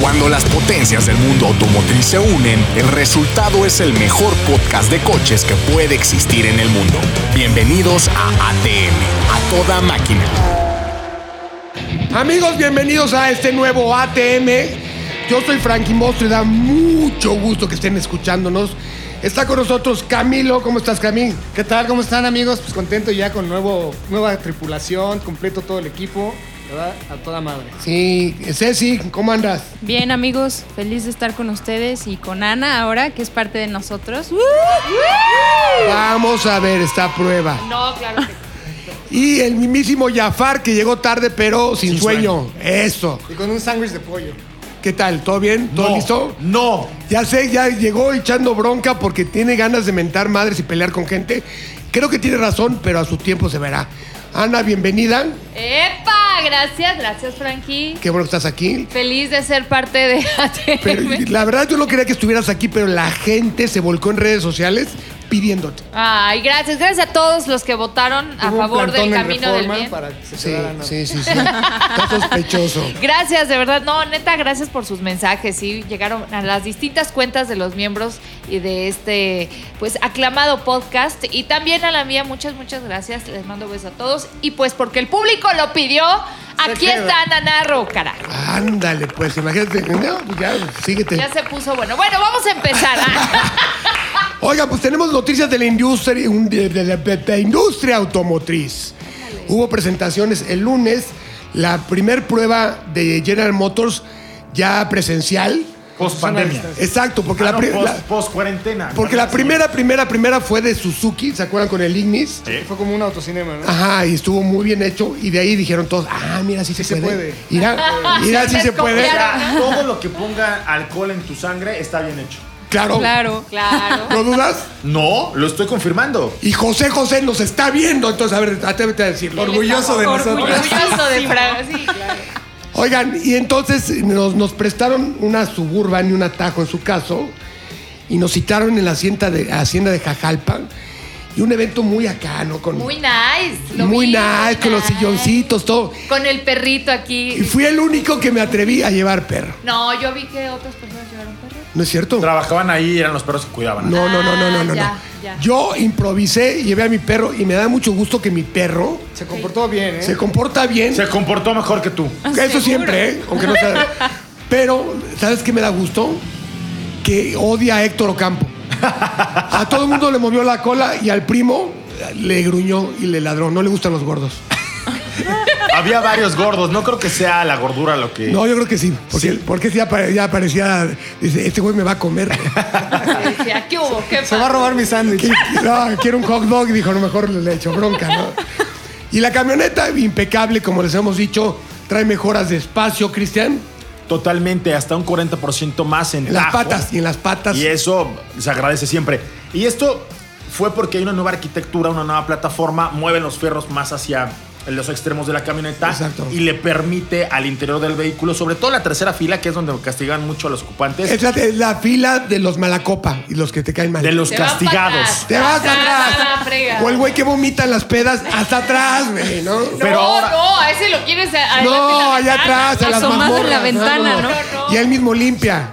Cuando las potencias del mundo automotriz se unen, el resultado es el mejor podcast de coches que puede existir en el mundo. Bienvenidos a ATM, a toda máquina. Amigos, bienvenidos a este nuevo ATM. Yo soy Frankie Mostro y da mucho gusto que estén escuchándonos. Está con nosotros Camilo. ¿Cómo estás, Camil? ¿Qué tal? ¿Cómo están amigos? Pues contento ya con nuevo, nueva tripulación, completo todo el equipo, ¿verdad? A toda madre. Sí, Ceci, ¿cómo andas? Bien amigos, feliz de estar con ustedes y con Ana ahora, que es parte de nosotros. Vamos a ver esta prueba. No, claro que Y el mismísimo Jafar, que llegó tarde pero sin, Sin sueño. Eso. Y con un sándwich de pollo. ¿Qué tal? ¿Todo bien? ¿Todo No, listo? No. Ya sé, ya llegó echando bronca porque tiene ganas de mentar madres y pelear con gente. Creo que tiene razón, pero a su tiempo se verá. Ana, bienvenida. ¡Epa! Gracias, gracias Frankie. Qué bueno que estás aquí. Feliz de ser parte de ATM. Pero la verdad yo no quería que estuvieras aquí, pero la gente se volcó en redes sociales pidiéndote. Ay, gracias. Gracias a todos los que votaron a Hubo un favor plantón del en camino del Reforma bien. Para que se Sí, quedaran a- sí, sí, sí. Está sospechoso. Gracias, de verdad. No, neta, gracias por sus mensajes. Sí, llegaron a las distintas cuentas de los miembros y de este, pues, aclamado podcast. Y también a la mía, muchas, muchas gracias. Les mando besos a todos. Y pues, porque el público lo pidió, aquí queda. está Nanarro, carajo. Ándale, pues imagínate. No, pues ya, síguete. Ya se puso bueno. Bueno, vamos a empezar. Ah, Oiga, pues tenemos noticias de la industria, un- de, de la- de la industria automotriz. Hubo presentaciones el lunes, la primer prueba de General Motors ya presencial. Post pandemia. Exacto, porque, la, pri- la- Ah, post, cuarentena. porque la primera, primera, primera fue de Suzuki, ¿se acuerdan con el Ignis? Fue como un autocinema, ¿no? Ajá, y estuvo muy bien hecho. Y de ahí dijeron todos, ah, mira, sí, se, se puede. puede. Mira, mira, sí les se puede. copiaron. Todo lo que ponga alcohol en tu sangre está bien hecho. Claro. Claro, claro. ¿No dudas? No, lo estoy confirmando. Y José José nos está viendo. Entonces, a ver, atrévete a decirlo. Orgulloso de nosotros. Orgulloso de Fran. Sí, claro. Oigan, y entonces nos, nos prestaron una suburban y un atajo en su caso, y nos citaron en la hacienda de, hacienda de Jajalpa, y un evento muy acá, ¿no? Con, Muy ¿eh? nice. lo muy vi, nice, con los nice. silloncitos, todo. Con el perrito aquí. Y fui el único que me atreví a llevar perro, No, yo vi que otras personas llevaron perros. ¿no es cierto? Trabajaban ahí, eran los perros que cuidaban. No, no, no, no, no, Ah, no. ya, no. ya. Yo improvisé, llevé a mi perro, y me da mucho gusto que mi perro Se comportó bien, ¿eh? se comporta bien. Se comportó mejor que tú. Eso siempre, ¿eh? aunque no sea. Pero, ¿sabes qué me da gusto? Que odia a Héctor Ocampo. A todo el mundo le movió la cola y al primo le gruñó y le ladró. No le gustan los gordos. Había varios gordos. No creo que sea la gordura lo que. No, yo creo que sí. Porque, Sí. porque sí apare- ya parecía. Dice, este güey me va a comer. Sí, decía, ¿qué hubo? ¿Qué Se va a pasó?". robar mi sándwich. No, quiero un hot dog. Dijo, no, mejor le echo bronca, ¿no? Y la camioneta, impecable, como les hemos dicho, trae mejoras de espacio, Cristian. Totalmente, hasta un 40% más en En las tajo. patas y en las patas. Y eso se agradece siempre. Y esto fue porque hay una nueva arquitectura, una nueva plataforma, mueven los fierros más hacia los extremos de la camioneta Exacto. y le permite al interior del vehículo, sobre todo la tercera fila, que es donde castigan mucho a los ocupantes, Es la, es la fila de los malacopa y los que te caen mal. de los Te vas para castigados. atrás. Te vas Ah, atrás. frega. O el güey que vomita en las pedas, hasta atrás, güey, ¿no? No, Pero ahora- no, a ese lo quieres a- adelante en No, la allá ventana. atrás, a las Asomado en mazmorras. la ventana, ¿no? Y él mismo limpia.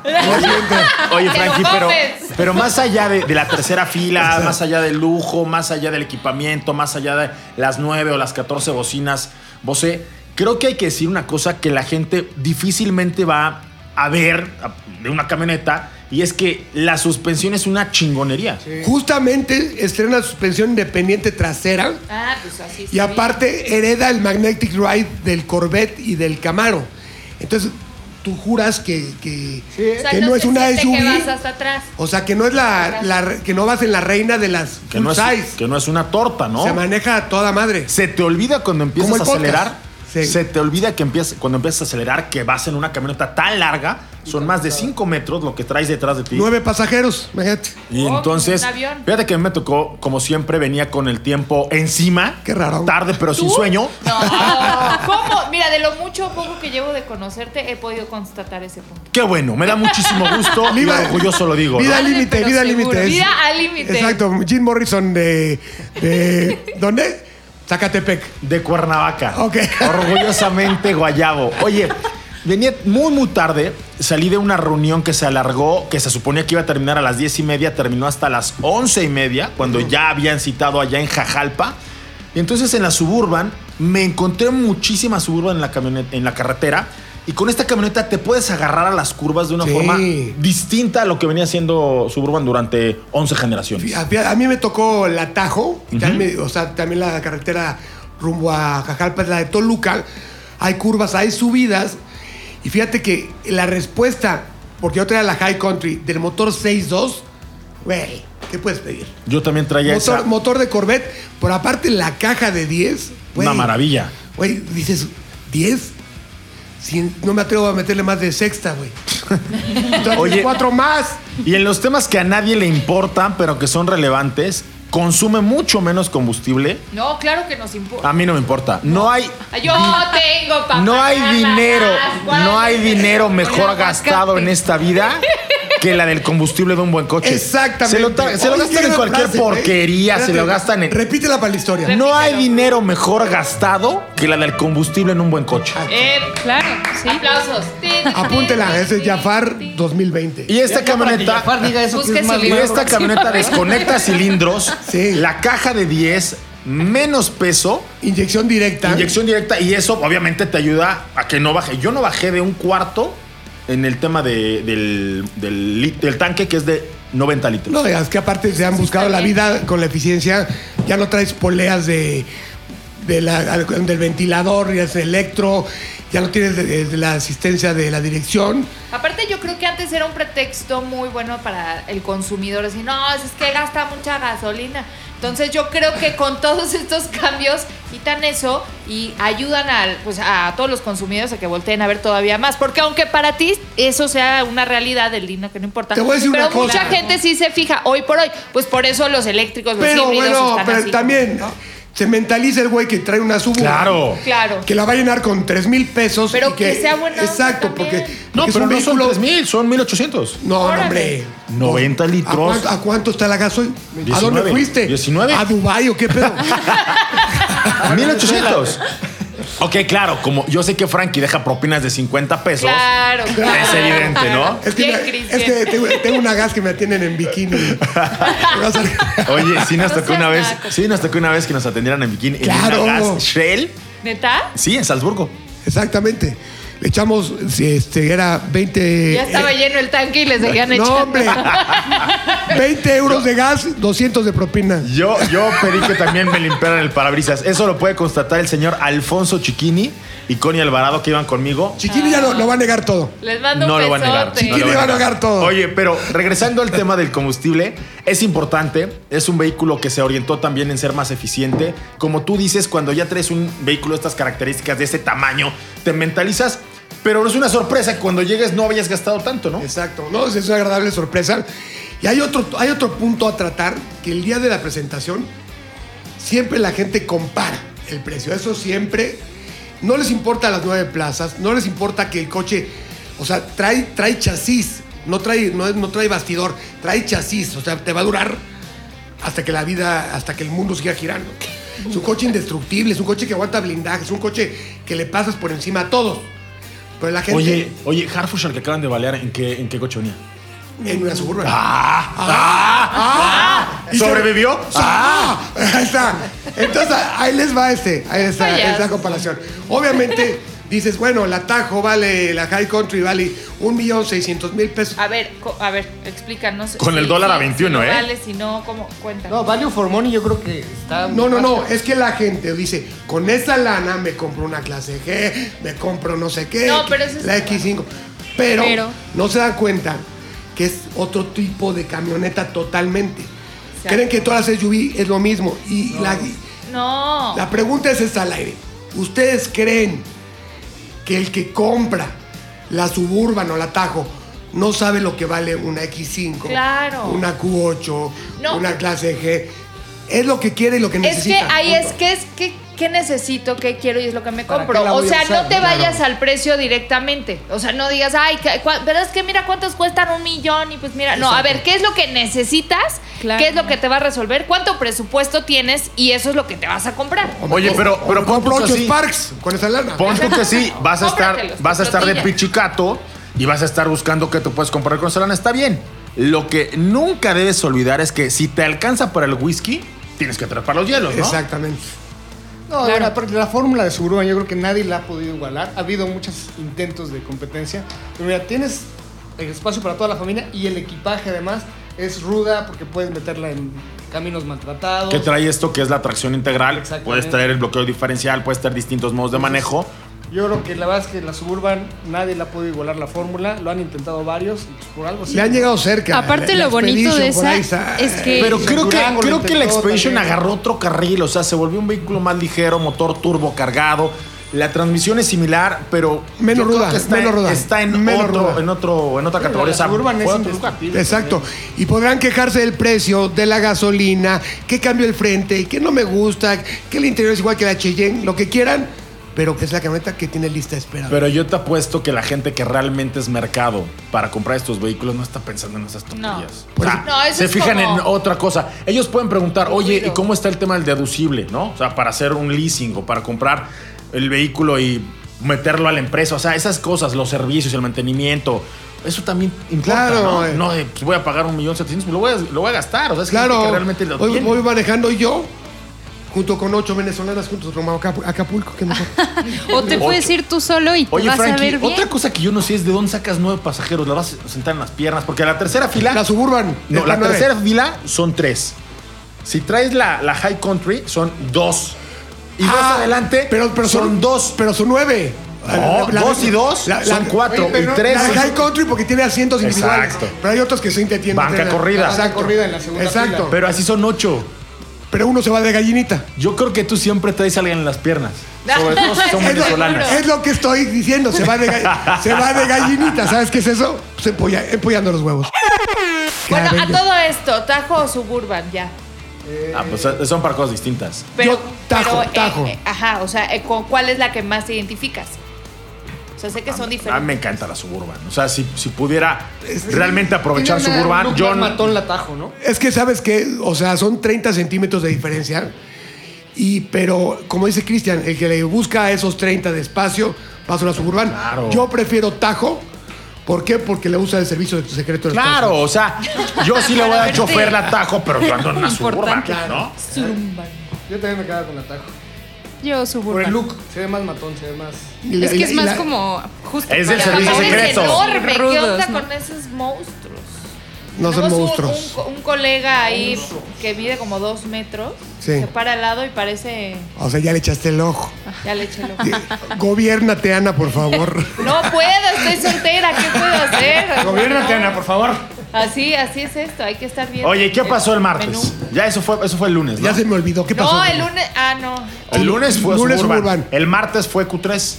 Te Oye, lo Frankie, pero, comes. pero más allá de, de la tercera fila, más allá del lujo, más allá del equipamiento, más allá de las nueve o las 14 bocinas, Bose, creo que hay que decir una cosa que la gente difícilmente va a ver a- de una camioneta y es que la suspensión es una chingonería. Justamente estrena suspensión independiente trasera Ah, pues así y está bien. aparte hereda el magnetic ride del Corvette y del Camaro. Entonces, tú juras que, que, O sea, que no, es se una siente Que vas SUV. hasta atrás. O sea, que no es la, la- que no vas en la reina de las Que full no, es, size. que no es una torta, ¿no? Se maneja a toda madre. Se te olvida cuando empiezas Como a el podcast. acelerar. Sí. Se te olvida que empiezas, cuando empiezas a acelerar que vas en una camioneta tan larga, son más de 5 metros lo que traes detrás de ti. Nueve pasajeros, imagínate. Y Oh, entonces, como un avión. fíjate que me tocó, como siempre, venía con el tiempo encima. Qué raro. Tarde, pero sin ¿Tú? sueño. No. ¿Cómo? Mira, de lo mucho o poco que llevo de conocerte, he podido constatar ese punto. Qué bueno, me da muchísimo gusto y Viva- orgulloso lo digo. ¿no? Vida al Tarde, límite, pero vida al seguro. límite. es- Vida al límite. Exacto, Jim Morrison de. de- ¿Dónde? Zacatepec. De Cuernavaca. Ok. Orgullosamente guayabo. Oye, Venía muy, muy tarde. Salí de una reunión que se alargó, que se suponía que iba a terminar a las diez y media, terminó hasta las once y media, cuando ya habían citado allá en Jajalpa. Y entonces en la suburban me encontré muchísima suburban en la, camioneta, en la carretera. Y con esta camioneta te puedes agarrar a las curvas de una Sí. forma distinta a lo que venía haciendo Suburban durante 11 generaciones. A, a mí me tocó el atajo, y también me- o sea, también la carretera rumbo a Cajalpa, la de Toluca. Hay curvas, hay subidas. Y fíjate que la respuesta, porque yo traía la High Country del motor 6.2, güey, ¿qué puedes pedir? Yo también traía Motor, esa- motor de Corvette, pero aparte la caja de 10. güey. una maravilla. Güey, dices, ¿10? Si no me atrevo a meterle más de sexta, güey. Entonces, Oye. cuatro más. Y en los temas que a nadie le importan, pero que son relevantes, consume mucho menos combustible. No, claro que nos importa. A mí no me importa. No hay. Yo tengo papá. No hay dinero, no hay dinero mejor gastado en este esta vida que la del combustible de un buen coche. Exactamente. Se lo, tra- se lo Oye, gastan en una cualquier frase, güey. porquería, se Espérate, lo gastan en... Repítela para la historia. No hay dinero mejor gastado que la del combustible en un buen coche. Eh, claro, sí. Aplausos. Apúntela, ese es Jafar 2020. Y esta camioneta... Jafar diga eso. Busque que es más Y cilindros. esta camioneta desconecta cilindros, Sí. la caja de 10, menos peso, Inyección directa. inyección directa, y eso obviamente te ayuda a que no baje. Yo no bajé de un cuarto en el tema de- del, del lit- del tanque, que es de 90 litros. No, es que aparte se han buscado la vida con la eficiencia. Ya no traes poleas de, de la- del ventilador, ya es electro, ya no tienes de- de la asistencia de la dirección. Aparte yo creo que antes era un pretexto muy bueno para el consumidor decir, no, es que gasta mucha gasolina. Entonces yo creo que con todos estos cambios quitan eso y ayudan al, pues, a todos los consumidores a que volteen a ver todavía más. Porque aunque para ti eso sea una realidad, el dinero que no importa, Te voy a decir pero una cosa. mucha gente sí se fija hoy por hoy. Pues por eso los eléctricos, los Pero híbridos bueno, están pero así, también ¿no? se mentaliza el güey que trae una suburban. Claro. Claro. Que la va a llenar con 3 mil pesos. Pero y que sea buena onda Exacto, también. porque. No, porque es pero un no son vehículo- 3000, son 1800. No, no, Órale. hombre. 90 ¿A litros. cuánto, a cuánto está la gasoil? ¿A 19. dónde fuiste? 19. ¿A Dubái o qué pedo? 1800. Ok, claro, como yo sé que Frankie deja propinas de 50 pesos. Claro, claro. Es evidente, ¿no? Es que, Bien, me- Cristian. es que tengo, tengo una gas que me atienden en bikini. Me vas a- Oye, sí nos No tocó seas una vez, naco. sí nos tocó una vez que nos atendieran en bikini Claro. en una gas Shell, ¿Neta? sí, en Salzburgo. Exactamente. Le echamos, si este, era 20. Ya estaba eh, lleno el tanque y les seguían No, echando. hombre. 20 euros de gas, 200 de propina. Yo, yo pedí que también me limpiaran el parabrisas. Eso lo puede constatar el señor Alfonso Chiquini y Connie Alvarado que iban conmigo. Chiquini ya lo, lo va a negar todo. Les mando no un lo van a negar. besote. no Chiquini va a negar todo. Oye, pero regresando al tema del combustible, es importante. Es un vehículo que se orientó también en ser más eficiente. Como tú dices, cuando ya traes un vehículo de estas características, de este tamaño, te mentalizas. Pero es una sorpresa que cuando llegues no habías gastado tanto, ¿no? Exacto, no, es una agradable sorpresa. Y hay otro, hay otro punto a tratar, que el día de la presentación siempre la gente compara el precio. Eso siempre, no les importa las nueve plazas, no les importa que el coche, o sea, trae, trae chasis, no trae, no, es- no trae bastidor, trae chasis, o sea, te va a durar hasta que la vida, hasta que el mundo siga girando. Es un coche indestructible, es un coche que aguanta blindaje, es un coche que le pasas por encima a todos. Pero la gente Oye, oye, Harfushal que acaban de balear, ¿en qué, en qué coche venía? en una suburban. ¡Ah! ¡Ah! Y se- ¿Sobrevivió? ¡Ah! Ahí está. Entonces, ahí les va este, ahí está Vaya. esa comparación. Obviamente, dices, bueno, la Tajo vale, la High Country vale un millón seiscientos mil pesos. A ver, co- a ver, explícanos. Con el Sí, dólar sí, a 21, si no ¿eh? Vale, si no, ¿cómo? Cuéntame. No, Value for Money yo creo que está... No, no, no, es que la gente dice, con esa lana me compro una clase G, me compro no sé qué, No, pero eso es- la X5. Pero, Pero- no se dan cuenta que es otro tipo de camioneta totalmente. Exacto. Creen que todas las SUV es lo mismo. Y la, no. La pregunta es esta al aire. ¿Ustedes creen que el que compra la Suburban o la Tajo no sabe lo que vale una X5? Claro. Una Q8, No. una clase G. Es lo que quiere y lo que es que necesita. ahí punto. es que es que qué necesito, qué quiero y es lo que me ¿Para compro. qué la O voy a sea, usar? no te Claro. vayas al precio directamente. O sea, no digas, ay, ca- cua- pero es que mira cuántos cuestan un millón y pues mira, no, a ver, ¿qué es lo que necesitas? Claro. ¿Qué es lo que te va a resolver? ¿Cuánto presupuesto tienes? Y eso es lo que te vas a comprar. Oye, pero, pero pon Compro tú que ocho sí, Sparks con esa lana. pon tú que sí, vas a estar, Cómpratelos, vas a estar de flotilla. pichicato y vas a estar buscando qué te puedes comprar con Solana. Está bien. Lo que nunca debes olvidar es que si te alcanza para el whisky, tienes que atrapar los hielos, ¿no? Exactamente. No, bueno, aparte, la fórmula de Suburban yo creo que nadie la ha podido igualar. Ha habido muchos intentos de competencia. Pero mira, tienes el espacio para toda la familia y el equipaje además es ruda porque puedes meterla en caminos maltratados. Que trae esto que es la tracción integral. Exactamente. Puedes traer el bloqueo diferencial, puedes traer distintos modos de manejo. Yo creo que la verdad es que la Suburban nadie la ha podido igualar la fórmula. Lo han intentado varios y pues por algo sí. Le han llegado cerca. Aparte, La- la lo bonito de Expedition por esa ahí está- es que. Pero creo que, Durango lo creo que la intentó Expedition también. agarró otro carril, o sea, se volvió un vehículo más ligero, motor turbo cargado. La transmisión es similar, pero Menos yo creo ruda, que está, menos ruda, está en, menos otro, ruda. en otro, en otra La, categoría. o sea, Suburban es fuera- indiscutible. Exacto. Y podrán quejarse del precio, de la gasolina, que cambio el frente, que no me gusta, que el interior es igual que la Cheyenne, lo que quieran, pero que es la camioneta que tiene lista de espera. Pero yo te apuesto que la gente que realmente es mercado para comprar estos vehículos no está pensando en esas tonterías. No. No, eso se es fijan como- en otra cosa. Ellos pueden preguntar, oye, ¿y Ruido. cómo está el tema del deducible? ¿No? O sea, para hacer un leasing o para comprar el vehículo y meterlo a la empresa. O sea, esas cosas, los servicios, el mantenimiento. Eso también importa, Claro, ¿no? eh. No, de, pues voy a pagar un millón setecientos, pues lo voy a, lo voy a gastar. O sea, es gente claro, que realmente lo hoy tiene. voy manejando yo, junto con ocho venezolanas, juntos rumbo a Acapu- Acapulco, que mejor. O te Ocho. puedes ir tú solo y te Oye, vas a Frankie, ver bien. otra cosa que yo no sé es de dónde sacas nueve pasajeros. La vas a sentar en las piernas, porque a la tercera fila. La Suburban. No, es la nueve. tercera fila son tres. Si traes la, la High Country, son dos. Y más Ah, adelante, pero, pero son, dos. Pero son nueve. No, dos y dos son cuatro, Oye, pero y tres La son- High Country porque tiene asientos individuales. Exacto. Pero hay otros que se entienden. Banca Tienen- corrida. Banca corrida en la segunda Exacto. fila. Pero así son ocho. pero uno se va de gallinita. Yo creo que tú siempre traes a alguien en las piernas. Sobre todo si Pues Es son lo, venezolanas. es lo que estoy diciendo, se va de, ga- se va de gallinita. ¿Sabes qué es eso? Pues empolla- empollando los huevos. Bueno, a Caray, todo esto, Tajo o Suburban, ya. Ah, pues son para cosas distintas. Pero, Yo, Tajo, pero, eh, Tajo. eh, ajá, o sea, eh, ¿con cuál es la que más te identificas? O sea, sé que son A mí me diferentes. encanta la Suburban. O sea, si, si pudiera realmente aprovechar Tiene una- un Suburban, look yo... más matón la tajo, ¿no? Es que sabes que, o sea, son 30 centímetros de diferencia. Y, pero, como dice Cristian, el que le busca esos 30 de espacio, paso a la suburban. Claro. Yo prefiero Tajo. ¿Por qué? Porque le usa el servicio de tu secreto. del Claro, o sea, yo sí le voy a dar chofer la tajo, pero yo ando en una Suburban, Importante. ¿no? Yo también me quedaba con la tajo. Yo Por el suburban. look, se ve más matón, se ve más. espacio. Y la- Es que es y la- más como. Justo Es del para- servicio Japón es secreto. enorme. ¿Qué Rudos, onda ¿no? con esos monstruos? No son Tenemos un- monstruos. Un, co- un colega ahí que mide como dos metros. Sí. Se para al lado y parece. O sea, ya le echaste el ojo. Ya le eché el ojo. Sí, Gobiérnate, Ana, por favor. No puedo, estoy soltera. ¿Qué puedo hacer? Gobiérnate, Ana, por favor. Así, así es esto. Hay que estar bien. Oye, ¿qué pasó el martes? Ya eso fue, eso fue el lunes, ¿no? Ya se me olvidó. ¿Qué pasó? No, el lunes. Ah, no. El lunes fue Lunes Suburban. Suburban. El martes fue Q3.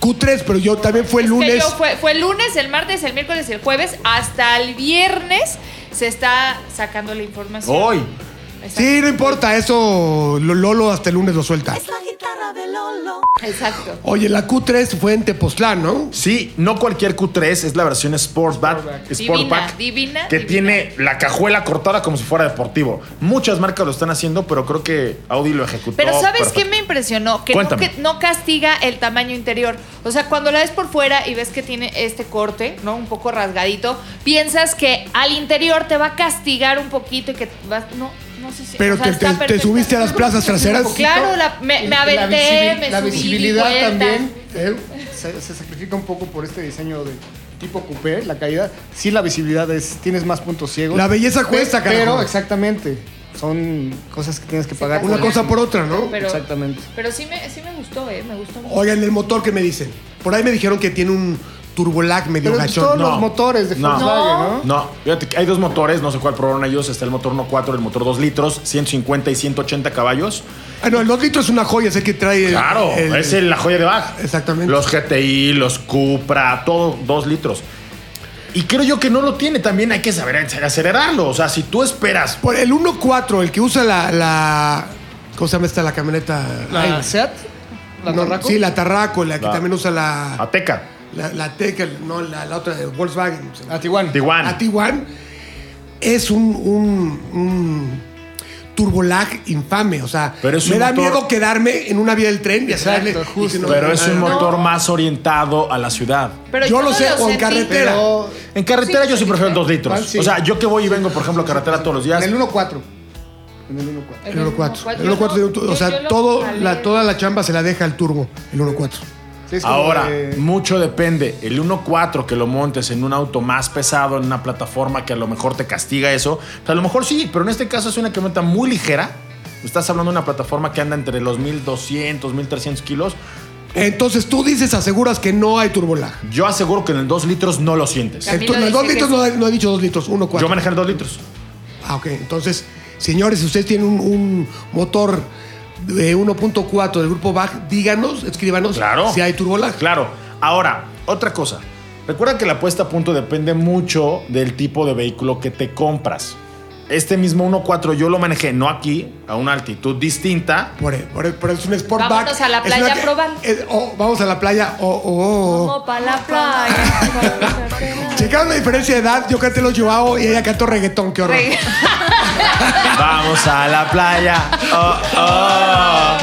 Q3, pero yo también fue el Es que lunes. yo fue, fue el lunes, el martes, el miércoles y el jueves. Hasta el viernes se está sacando la información. Oh. Hoy. Exacto. Sí, no importa, eso lo- Lolo hasta el lunes lo suelta. Exacto. Oye, la Q3 fue en Tepoztlán, ¿no? Sí, no cualquier Q3, es la versión Sportback. Sportback. Sportback. Divina, divina, Que divina. tiene la cajuela cortada como si fuera deportivo. Muchas marcas lo están haciendo, pero creo que Audi lo ejecutó. Pero ¿sabes perfecto. qué me impresionó? Que no, Cuéntame. que no castiga el tamaño interior. O sea, cuando la ves por fuera y ves que tiene este corte, ¿no? Un poco rasgadito, piensas que al interior te va a castigar un poquito y que vas... No, no sé si... Pero o sea, te- está te- te perfecto. subiste a las plazas traseras. Pues Claro, la- me, me La aventé, visibil- me La subí, di visibilidad vueltas. también eh, se, se sacrifica un poco por este diseño de tipo coupé, la caída. Sí, la visibilidad es, tienes más puntos ciegos. La belleza Pe- cuesta, Pero, carajo. exactamente, son cosas que tienes que pagar. Una cosa por otra, ¿no? Pero, Exactamente. Pero sí me, sí me gustó, ¿eh? Me gustó mucho. Oigan, el motor que me dicen. Por ahí me dijeron que tiene un turbolag medio Pero pues, todos gachón. no. los motores de No. Volkswagen, ¿no? No, fíjate que hay dos motores, no sé cuál probaron ellos. Está el motor 1.4, el motor 2 litros, 150 y 180 caballos. Ah, no, el 2 litros es una joya, es el que trae. el- Claro, el- es el- la joya de Bach. Exactamente. Los GTI, los Cupra, todo, dos litros. Y creo yo que no lo tiene, también hay que saber acelerarlo. O sea, si tú esperas Por el 1.4, el que usa la, la- ¿Cómo se llama esta la camioneta? Ay, ¿La güey. SEAT? ¿La No, Tarraco? Sí, la Tarraco, la que La- Ah. también usa la, Ateca, la, la Teca, no, la, la otra de Volkswagen. se llama. A Tijuana. Tijuana. A Tiguan es un, un, un turbolag infame. O sea, Pero es me un da motor- miedo quedarme en una vía del tren. y Exacto, hacerle- y justo. que no- pero es un Ah, motor más orientado a la ciudad. Pero Yo lo no sé, o en sentí. carretera. Pero En carretera yo sí prefiero dos litros. ¿Cuál? Sí. O sea, yo que voy y vengo, por ejemplo, a carretera todos los días. en el 1.4. En el 1.4. El 1.4. El Yo 1.4 tiene un tu- yo- O yo sea, lo todo, jalé. la, toda la chamba se la deja el turbo, el 1.4. Sí, es como Ahora, de- mucho depende. El 1.4 que lo montes en un auto más pesado, en una plataforma que a lo mejor te castiga eso. pues a lo mejor sí, pero en este caso es una camioneta muy ligera. Estás hablando de una plataforma que anda entre los 1200, 1300 kilos. Entonces tú dices, aseguras que no hay turbolag. Yo aseguro que en el 2 litros no lo sientes. Camilo Entonces, dice dos que litros sí. no, he- no he dicho dos litros, 1.4. Yo manejé en 2 litros. Ah, ok. Entonces, señores, si ustedes tienen un, un motor de 1.4 del grupo BAG, díganos, escríbanos Claro. si hay turbolag. Claro. Ahora, otra cosa. Recuerda que la puesta a punto depende mucho del tipo de vehículo que te compras. Este mismo 1.4 yo lo manejé, no aquí, a una altitud distinta. Por, por, por- es un sport Vámonos bag. a la Es playa una a que- probar. es- oh, vamos a la playa. Oh, oh, Como pa' la playa. oh. Checaron la diferencia de edad. Yo canté los Joao y ella cantó reggaetón. Qué horror. Re- Vamos a la playa. Oh, oh.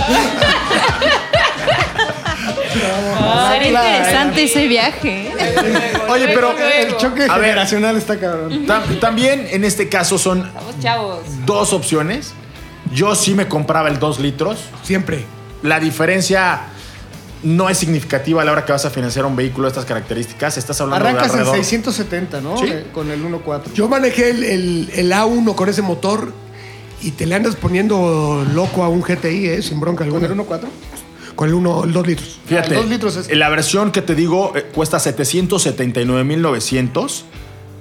Será Ay, interesante ese viaje. ¿eh? Oye, pero Luego, El choque A ver. generacional está cabrón. tam- también en este caso son Estamos chavos. dos opciones. Yo sí me compraba el 2 litros. Siempre. La diferencia no es significativa a la hora que vas a financiar un vehículo de estas características. Estás hablando Arrancas de en alrededor. 670, ¿no? Sí. Eh, Con el 1.4. Yo manejé el, el- el A1 con ese motor y te le andas poniendo loco a un GTI, ¿eh? Sin bronca ¿Con alguna. el 1.4? Con el 1, el 2 litros. Fíjate, Dos litros es- la versión que te digo eh, cuesta 779,900.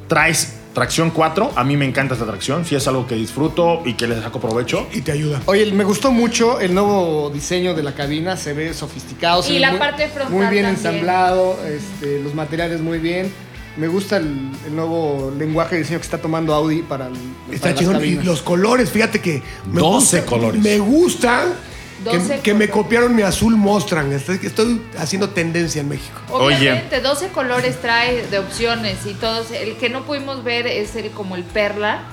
Traes tracción 4. A mí me encanta esta tracción. Si es algo que disfruto y que le saco provecho. Y te ayuda. Oye, me gustó mucho el nuevo diseño de la cabina, se ve sofisticado. se Y ve la muy- parte frontal Muy bien también. ensamblado, este, los materiales muy bien. Me gusta el, el nuevo lenguaje de diseño que está tomando Audi para, el, para Está las chingón. Y cabinas. los colores, fíjate que. 12 gusta- colores. Me gusta. que- 12 que, me colores. copiaron mi azul Mostran. Estoy, estoy haciendo tendencia en México. Obviamente, 12 colores trae de opciones y todos. El que no pudimos ver es el como el perla,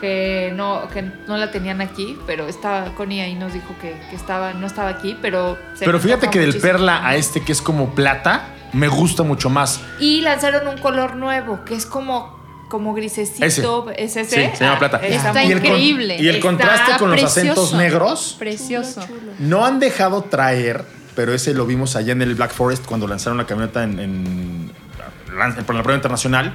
que no, que no la tenían aquí, pero estaba, Connie ahí nos dijo que, que estaba, no estaba aquí, pero se Pero me fíjate antoja que del muchísimo. perla a este que es como plata, me gusta mucho más. Y lanzaron un color nuevo, que es como, como grisecito. ¿Es ese? Sí, se llama Ah, plata. Está Y el con- increíble. Y el Está contraste con los precioso. acentos negros. Precioso. No han dejado traer, pero ese lo vimos allá en el Black Forest cuando lanzaron la camioneta en, en- lan- por la prueba internacional.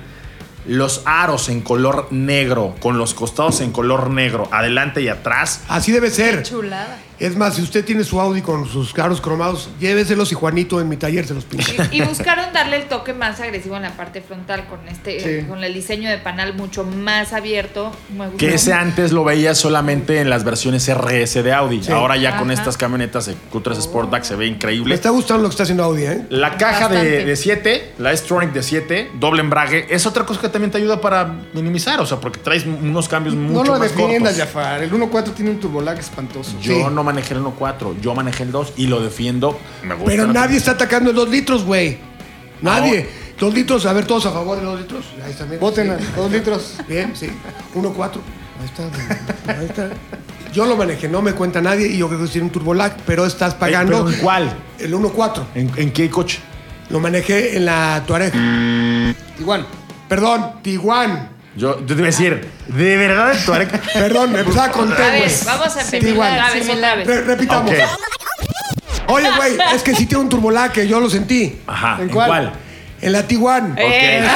Los aros en color negro, con los costados en color negro, adelante y atrás. Así debe ser. Chulada. Es más, si usted tiene su Audi con sus caros cromados, lléveselos y Juanito en mi taller se los pinta. Y, y buscaron darle el toque más agresivo en la parte frontal con este, Sí. con el diseño de panal mucho más abierto. Me gustó Que ese antes lo veía solamente en las versiones RS de Audi. Ahora ya con Ajá. estas camionetas de Q3 Sportback se Me ve increíble. está gustando lo que está haciendo Audi, ¿eh? La caja Bastante. de 7, la S-Tronic de 7, doble embrague, es otra cosa que también te ayuda para minimizar, o sea, porque traes unos cambios mucho no lo más defiendas, cortos. Jafar. El 1.4 tiene un turbolag espantoso. Yo Sí. no manejé el 1.4, yo manejé el 2 y lo defiendo. Me gusta. Pero la- nadie está atacando el 2 litros, güey. Nadie. Dos litros, a ver, todos a favor de dos litros. Ahí está, mira. Voten a Sí. dos litros. Bien, sí. 1.4. Ahí está. güey. Ahí está. Yo lo manejé, no me cuenta nadie y yo creo que tiene un turbolag, pero estás Eh, pagando pero ¿en cuál? el 1.4. ¿En, en qué coche? Lo manejé en la Tuareg. Igual. Perdón, Tiguan. Yo, yo te iba a decir, de verdad el Touareg. Perdón, me empezaba con T, A ver, güey. vamos a empezar Pues, Igual. otra vez, otra vez. Re- repitamos. Ok, Oye, güey, es que sí tiene un turbolag que yo lo sentí. Ajá, ¿En ¿en cuál? cuál? En la Tiguan.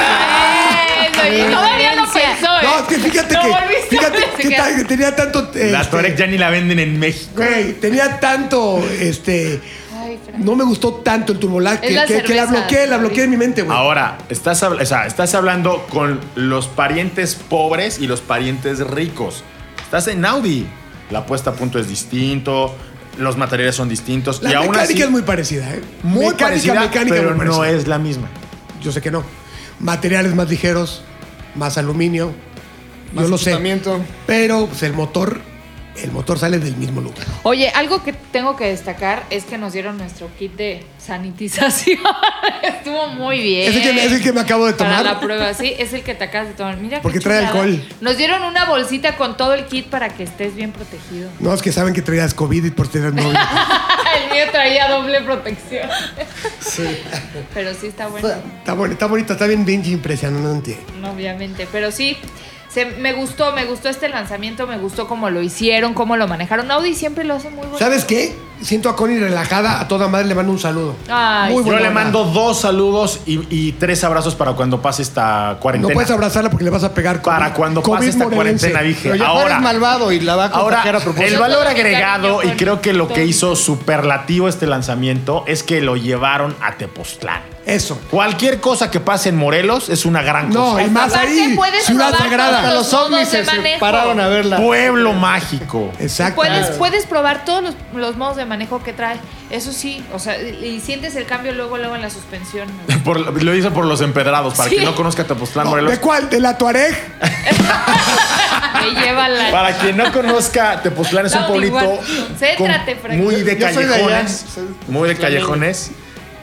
Eso, eso, y Eh, todavía lo pensó, ¿eh? No, es que fíjate Lo que, volviste a fíjate que pensar. ta- que tenía tanto... eh, La este, Touareg ya ni la venden en México. Güey, tenía tanto, este... Ay, Fran. No me gustó tanto el turbolag Es que, la que- que la cerveza. bloqueé, la bloqueé en mi mente, güey. Ahora, estás, habl- o sea, estás hablando con los parientes pobres y los parientes ricos. Estás en Audi. La puesta a punto es distinto, los materiales son distintos. La y aún mecánica así, es muy parecida, ¿eh? muy mecánica, parecida, mecánica, pero muy parecida. no es la misma. Yo sé que no. Materiales más ligeros, más aluminio. yo lo sé. equipamiento. Pero pues, el motor el motor sale del mismo lugar. Oye, algo que tengo que destacar es que nos dieron nuestro kit de sanitización. Estuvo muy bien. Es el, que, es el que me acabo de tomar. Para la prueba, sí, es el que te acabas de tomar. Mira qué Porque trae chulada. alcohol. Nos dieron una bolsita con todo el kit para que estés bien protegido. No, es que saben que traías COVID y por tener novio. el mío traía doble protección. Pero sí está bueno. está, bueno, está bonito, está bien bien impresionante. Obviamente, pero sí. se- me gustó, me gustó este lanzamiento, me gustó cómo lo hicieron, cómo lo manejaron. Audi siempre lo hace muy bueno. ¿Sabes qué? Siento a Connie relajada, a toda madre le mando un saludo. Ay, Muy sí. Yo buena le onda. mando dos saludos y, y tres abrazos para cuando pase esta No cuarentena. puedes abrazarla porque le vas a pegar con- para cuando COVID pase esta morelense. cuarentena, Pero dije. Jafar es Ahora, malvado y la va a ahora contagiar a propósito. el Yo valor todo mi agregado, cariño y con creo que lo todo que mi hizo cariño. superlativo este lanzamiento es que lo llevaron a Tepoztlán. Eso. Cualquier cosa que pase en Morelos es una gran No, cosa. y más Aparte, ahí, puedes ciudad robar sagrada. Hasta los Los ovnis modos de se manejo. pararon a verla. Pueblo mágico. Exacto. Puedes, puedes probar todos los, los modos de manejo que trae. Eso sí, o sea, y, y sientes el cambio luego, luego en la suspensión. ¿no? Por- lo hice por los empedrados, para Sí. quien no conozca Tepoztlán, No, Morelos. ¿De cuál? ¿De la Tuareg? Me lleva la. Para quien no conozca, Tepoztlán es un No, pueblito igual. Céntrate, con- Frank. muy de Yo soy de allá. callejones, Soy muy de tlaxcalteca. callejones,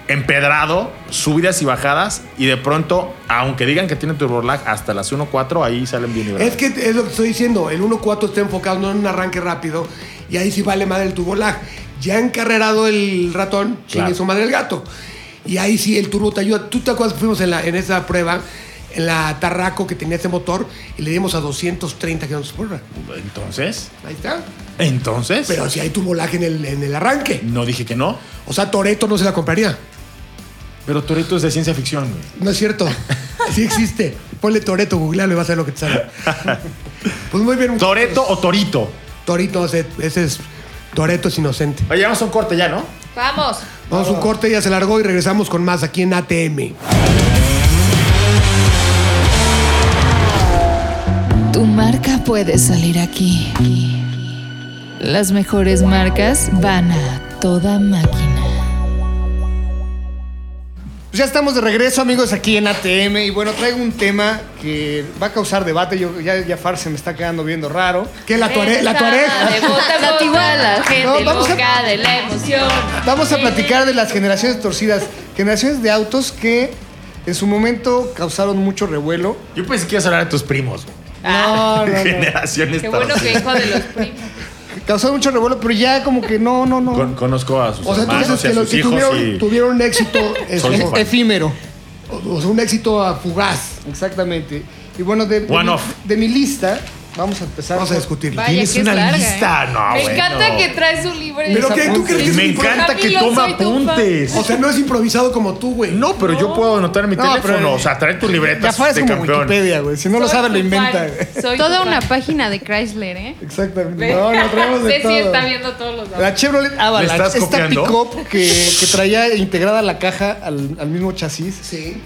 empedrado, subidas y bajadas, y de pronto, aunque digan que tiene turbolag, hasta las 1.4 ahí salen bien librados. Es que es lo que estoy diciendo, el 1.4 está enfocado no en un arranque rápido y ahí sí vale madre el turbo lag. Ya encarrerado el ratón, Claro. chingue su madre el gato. Y ahí sí el turbo te ayuda. ¿Tú te acuerdas que fuimos en, la, en esa prueba, en la Tarraco que tenía ese motor y le dimos a 230 kilómetros por hora? Entonces, Ahí está. entonces, Pero si hay turbo lag en el, en el arranque. no dije que no, O sea, Toreto no se la compraría. pero Toreto es de ciencia ficción. güey. No es cierto. Sí existe. Ponle Toreto, googlealo y vas a ver lo que te sale. Pues muy bien. muchachos. ¿Toreto o Torito? Torito, ese, ese es. Toreto es inocente. Oye, vamos a un corte ya, ¿no? Vamos. Vamos a un corte, ya se largó y regresamos con más aquí en ATM. Tu marca puede salir aquí. Las mejores marcas van a toda máquina. Pues ya estamos de regreso, amigos, aquí en ATM. Y bueno, traigo un tema que va a causar debate. Yo, ya Jafar se me está quedando viendo raro. ¿Qué la tuare, la Esa, tuare? De bota en bota, Catigualas. la gente No, vamos a- loca de la emoción. Vamos a platicar de las generaciones torcidas. Generaciones de autos que en su momento causaron mucho revuelo. Yo pensé que ibas a hablar de tus primos. güey. Ah, No, no, no. Generaciones Qué bueno que torcidas. hijo de los primos. Causaron mucho revuelo, pero ya como que no, no, no. Con- conozco a sus O sea, tú hermanos dices y a que los sus que hijos tuvieron, y- tuvieron un éxito, es- Soy su o fan. Efímero. o sea, un éxito ah, fugaz. Exactamente. Y bueno, de, de One mi, off. de mi lista, vamos a empezar. Vamos a por- discutirlo. Vaya, Tienes que es una larga, lista, ¿eh? no, Me bueno. encanta que traes un libro. de Pero ¿qué? ¿Tú apuntes. crees que es Me improvisado? encanta que Camilo, toma soy tu fan. apuntes. O sea, no es improvisado como tú, güey. No, pero yo puedo anotar en mi No, teléfono. pero- o sea, trae tu libreta Jafar es de como campeón. Wikipedia, güey. Si no lo Soy sabe, tu lo inventa. fan. güey. Soy Toda tu fan. una página de Chrysler, ¿eh? Exactamente. No, no traemos de Ceci todo. está viendo todos los datos. La Chevrolet Avalanche, ¿Me estás esta copiando? pick-up que, que traía integrada la caja al, al mismo chasis, Sí.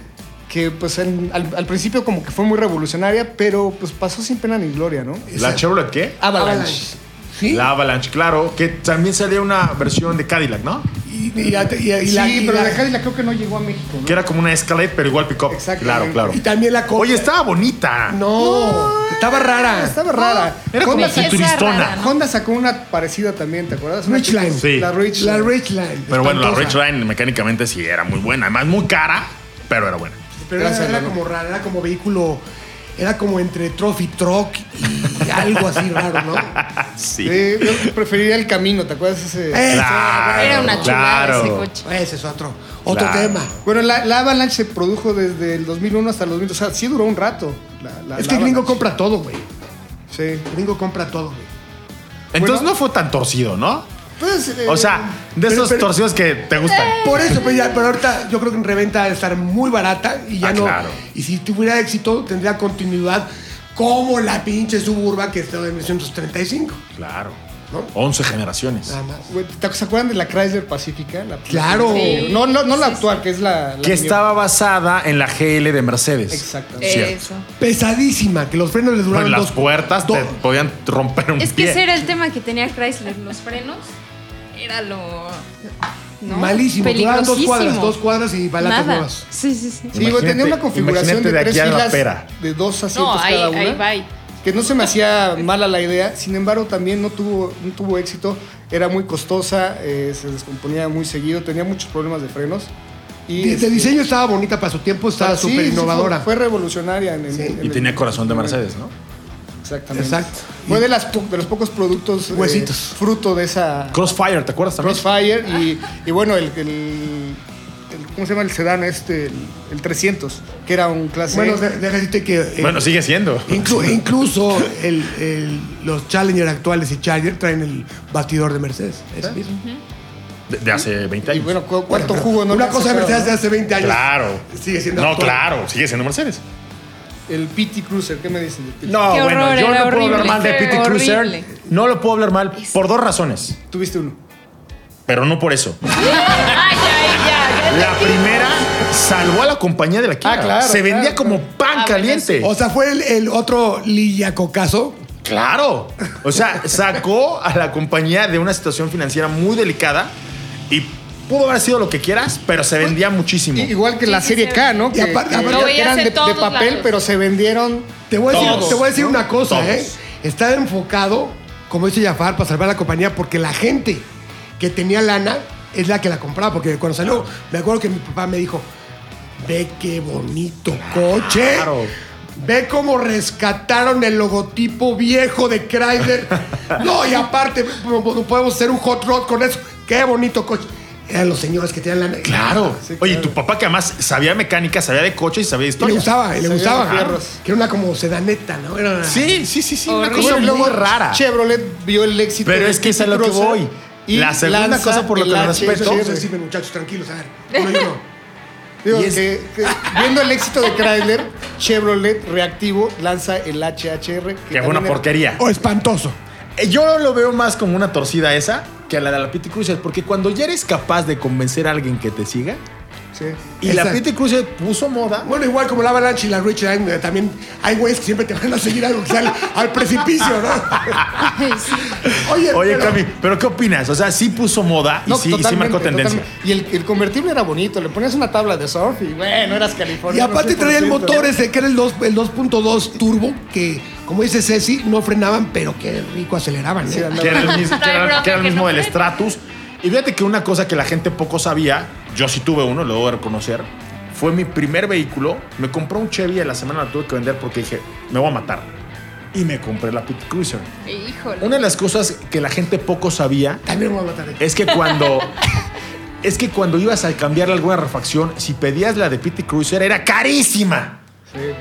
que pues en- al, al principio como que fue muy revolucionaria, pero pues pasó sin pena ni gloria, ¿no? ¿La Chevrolet qué? ¿Ah, Avalanche. Sí. La Avalanche, claro. Que también salía una versión de Cadillac, ¿no? Y, y- y- y- y la- sí, y pero la- la Cadillac creo que no llegó a México, ¿no? Que era como una Escalade, pero igual pick-up. Claro, Exactamente. claro. y también la Oye, Oye, estaba bonita. no, estaba rara. Estaba rara. Era como Honda, Belleza futuristona. rara, ¿no? Honda sacó una parecida también, ¿te acuerdas? Una Richline. Sí. La Richline. La Richland. Pero bueno, la Richland. Ridgeline mecánicamente sí era muy buena. Además, muy cara, pero era buena. Pero era, Gracias, era Lalo. como rara, era como vehículo, era como entre trophy truck y algo así raro, ¿no? Sí. Sí, yo preferiría el camino, ¿te acuerdas ese? Eh. Claro, Era una chulada claro. ese coche. Ese es otro, otro Claro. tema. Bueno, la, la Avalanche se produjo desde el 2001 hasta el 2000, o sea, sí duró un rato. la- la- es la que el gringo Avalanche. compra todo, güey. Sí. El gringo compra todo, güey. Entonces Bueno. no fue tan torcido, ¿no? Pues, eh, O sea, de pero- esos pero- torcidos que te gustan. Eh. Por eso, pero, ya, pero ahorita yo creo que en reventa debe estar muy barata y ya Ah, no. claro. Y si tuviera éxito, tendría continuidad como la pinche suburba que está en 1935, Claro. ¿no? 11 generaciones. Nada más. güey, ¿te- ¿Se acuerdan de la Chrysler Pacifica? La- Claro. Sí. No, no, no la actual, que es la. la Que mía. estaba basada en la GL de Mercedes. Exactamente. Cierto. Eso. Pesadísima, que los frenos le No, duraron en las dos- puertas do- te podían romper un Es que pie. ese era el tema que tenía Chrysler, los frenos. Era lo. ¿no? Malísimo, duraban dos cuadras, Peligrosísimo. dos cuadras y balatas Nada. nuevas. Sí, sí, sí. Sí, güey, tenía Imagínate- una configuración imagínate de, de tres aquí a la filas pera. de dos asientos No, ahí, cada una. ahí va. que no se me hacía mala la idea, sin embargo también no tuvo, no tuvo éxito, era muy costosa, eh, se descomponía muy seguido, tenía muchos problemas de frenos. Y De, de este, diseño estaba bonita para su tiempo, estaba sí, súper sí, innovadora. fue, fue revolucionaria en, en- Sí. en Y el- tenía corazón de Mercedes, ¿no? Exactamente. Exacto. Fue de, las po- de los pocos productos eh, Huesitos. fruto de esa Crossfire, ¿te acuerdas también? Crossfire y, y bueno, el, el- el- ¿Cómo se llama el sedán este? El, el 300, que era un clase. Bueno, de- déjame decirte que. eh, Bueno, sigue siendo. inclu- incluso el- el- los Challenger actuales y Charger traen el batidor de Mercedes. Es mismo. De, de hace y 20 años. bueno, cu- ¿cuánto jugo no Una le cosa de sacaron, Mercedes de no? hace 20 años. Claro. Sigue siendo No, actual. claro, sigue siendo Mercedes. El PT Cruiser, ¿qué me dicen? del PT? No, Qué bueno, horror, yo no era puedo hablar horrible, mal de era Pity horrible. Cruiser. No lo puedo hablar mal por dos razones, Tuviste uno. pero no por eso. Ay, ay, ya, ya. La primera salvó a la compañía de la quinta. Ah, claro, Se vendía claro, como pan Ah, bueno, caliente. O sea, fue el, el otro lillacocazo. Claro. O sea, sacó a la compañía de una situación financiera muy delicada y pudo haber sido lo que quieras, pero se vendía muchísimo. I- Igual que Sí, la sí, serie sí. K, ¿no? Y Que, aparte- que aparte- Lo veías eran en de, de todos papel, lados. pero se vendieron. Te voy a decir, Todos, te voy a decir ¿no? una cosa, Todos. ¿eh? Está enfocado, como dice Jafar, para salvar la compañía, porque la gente que tenía lana es la que la compraba. Porque cuando salió, me acuerdo que mi papá me dijo: Ve qué bonito coche. Claro. Ve cómo rescataron el logotipo viejo de Chrysler. No, y aparte, no podemos hacer un hot rod con eso. Qué bonito coche. Eran los señores que tenían lana. Claro. Sí, claro. Oye, tu papá que además sabía mecánica, sabía de coches y sabía de Y le historia. gustaba, y le Se gustaba. veían fierros. Que era una como sedaneta, ¿no? Era una- Sí, sí, sí, sí. Una Horrible. cosa Y muy luego rara. Chevrolet vio el éxito. Pero del es que es PT a lo que Cruiser voy. y La segunda lanza cosa por lo que el lo H. respeto- Entonces, sí, muchachos, tranquilos, a ver. Uno y uno. Digo, Y es- que- que viendo el éxito de Chrysler, Chevrolet reactivo lanza el HHR. Que fue una también era- porquería. O espantoso. Eh, Yo lo veo más como una torcida esa que a la de la Pity Cruiser, porque cuando ya eres capaz de convencer a alguien que te siga, Sí. y la Exacto. Pity Cruiser puso moda, Bueno, igual como la Avalanche y la Rich Line, eh, también hay güeyes que siempre te van a seguir al, al, al precipicio, ¿no? Ay, sí. Oye, Oye, pero- Cami, ¿pero qué opinas? O sea, sí puso moda y, No, sí, y sí totalmente, marcó tendencia. totalmente. Y el, el convertible era bonito, le ponías una tabla de surf y bueno, eras Y californiano. aparte traía el 100%. motor ese que era el dos- el 2.2 turbo, que como dice Ceci, no frenaban, pero qué rico aceleraban. ¿eh? Sí, andaba. Que era el No mismo, hay que era- bronca, que era el que mismo no del frena. Stratus. Y fíjate que una cosa que la gente poco sabía, yo sí tuve uno, lo debo de reconocer, fue mi primer vehículo. Me compré un Chevy y a la semana lo tuve que vender porque dije, me voy a matar. Y me compré la Pit Cruiser. Híjole. Una de las cosas que la gente poco sabía También me voy a matar. es que cuando es que cuando ibas a cambiarle alguna refacción, si pedías la de Pity Cruiser era carísima.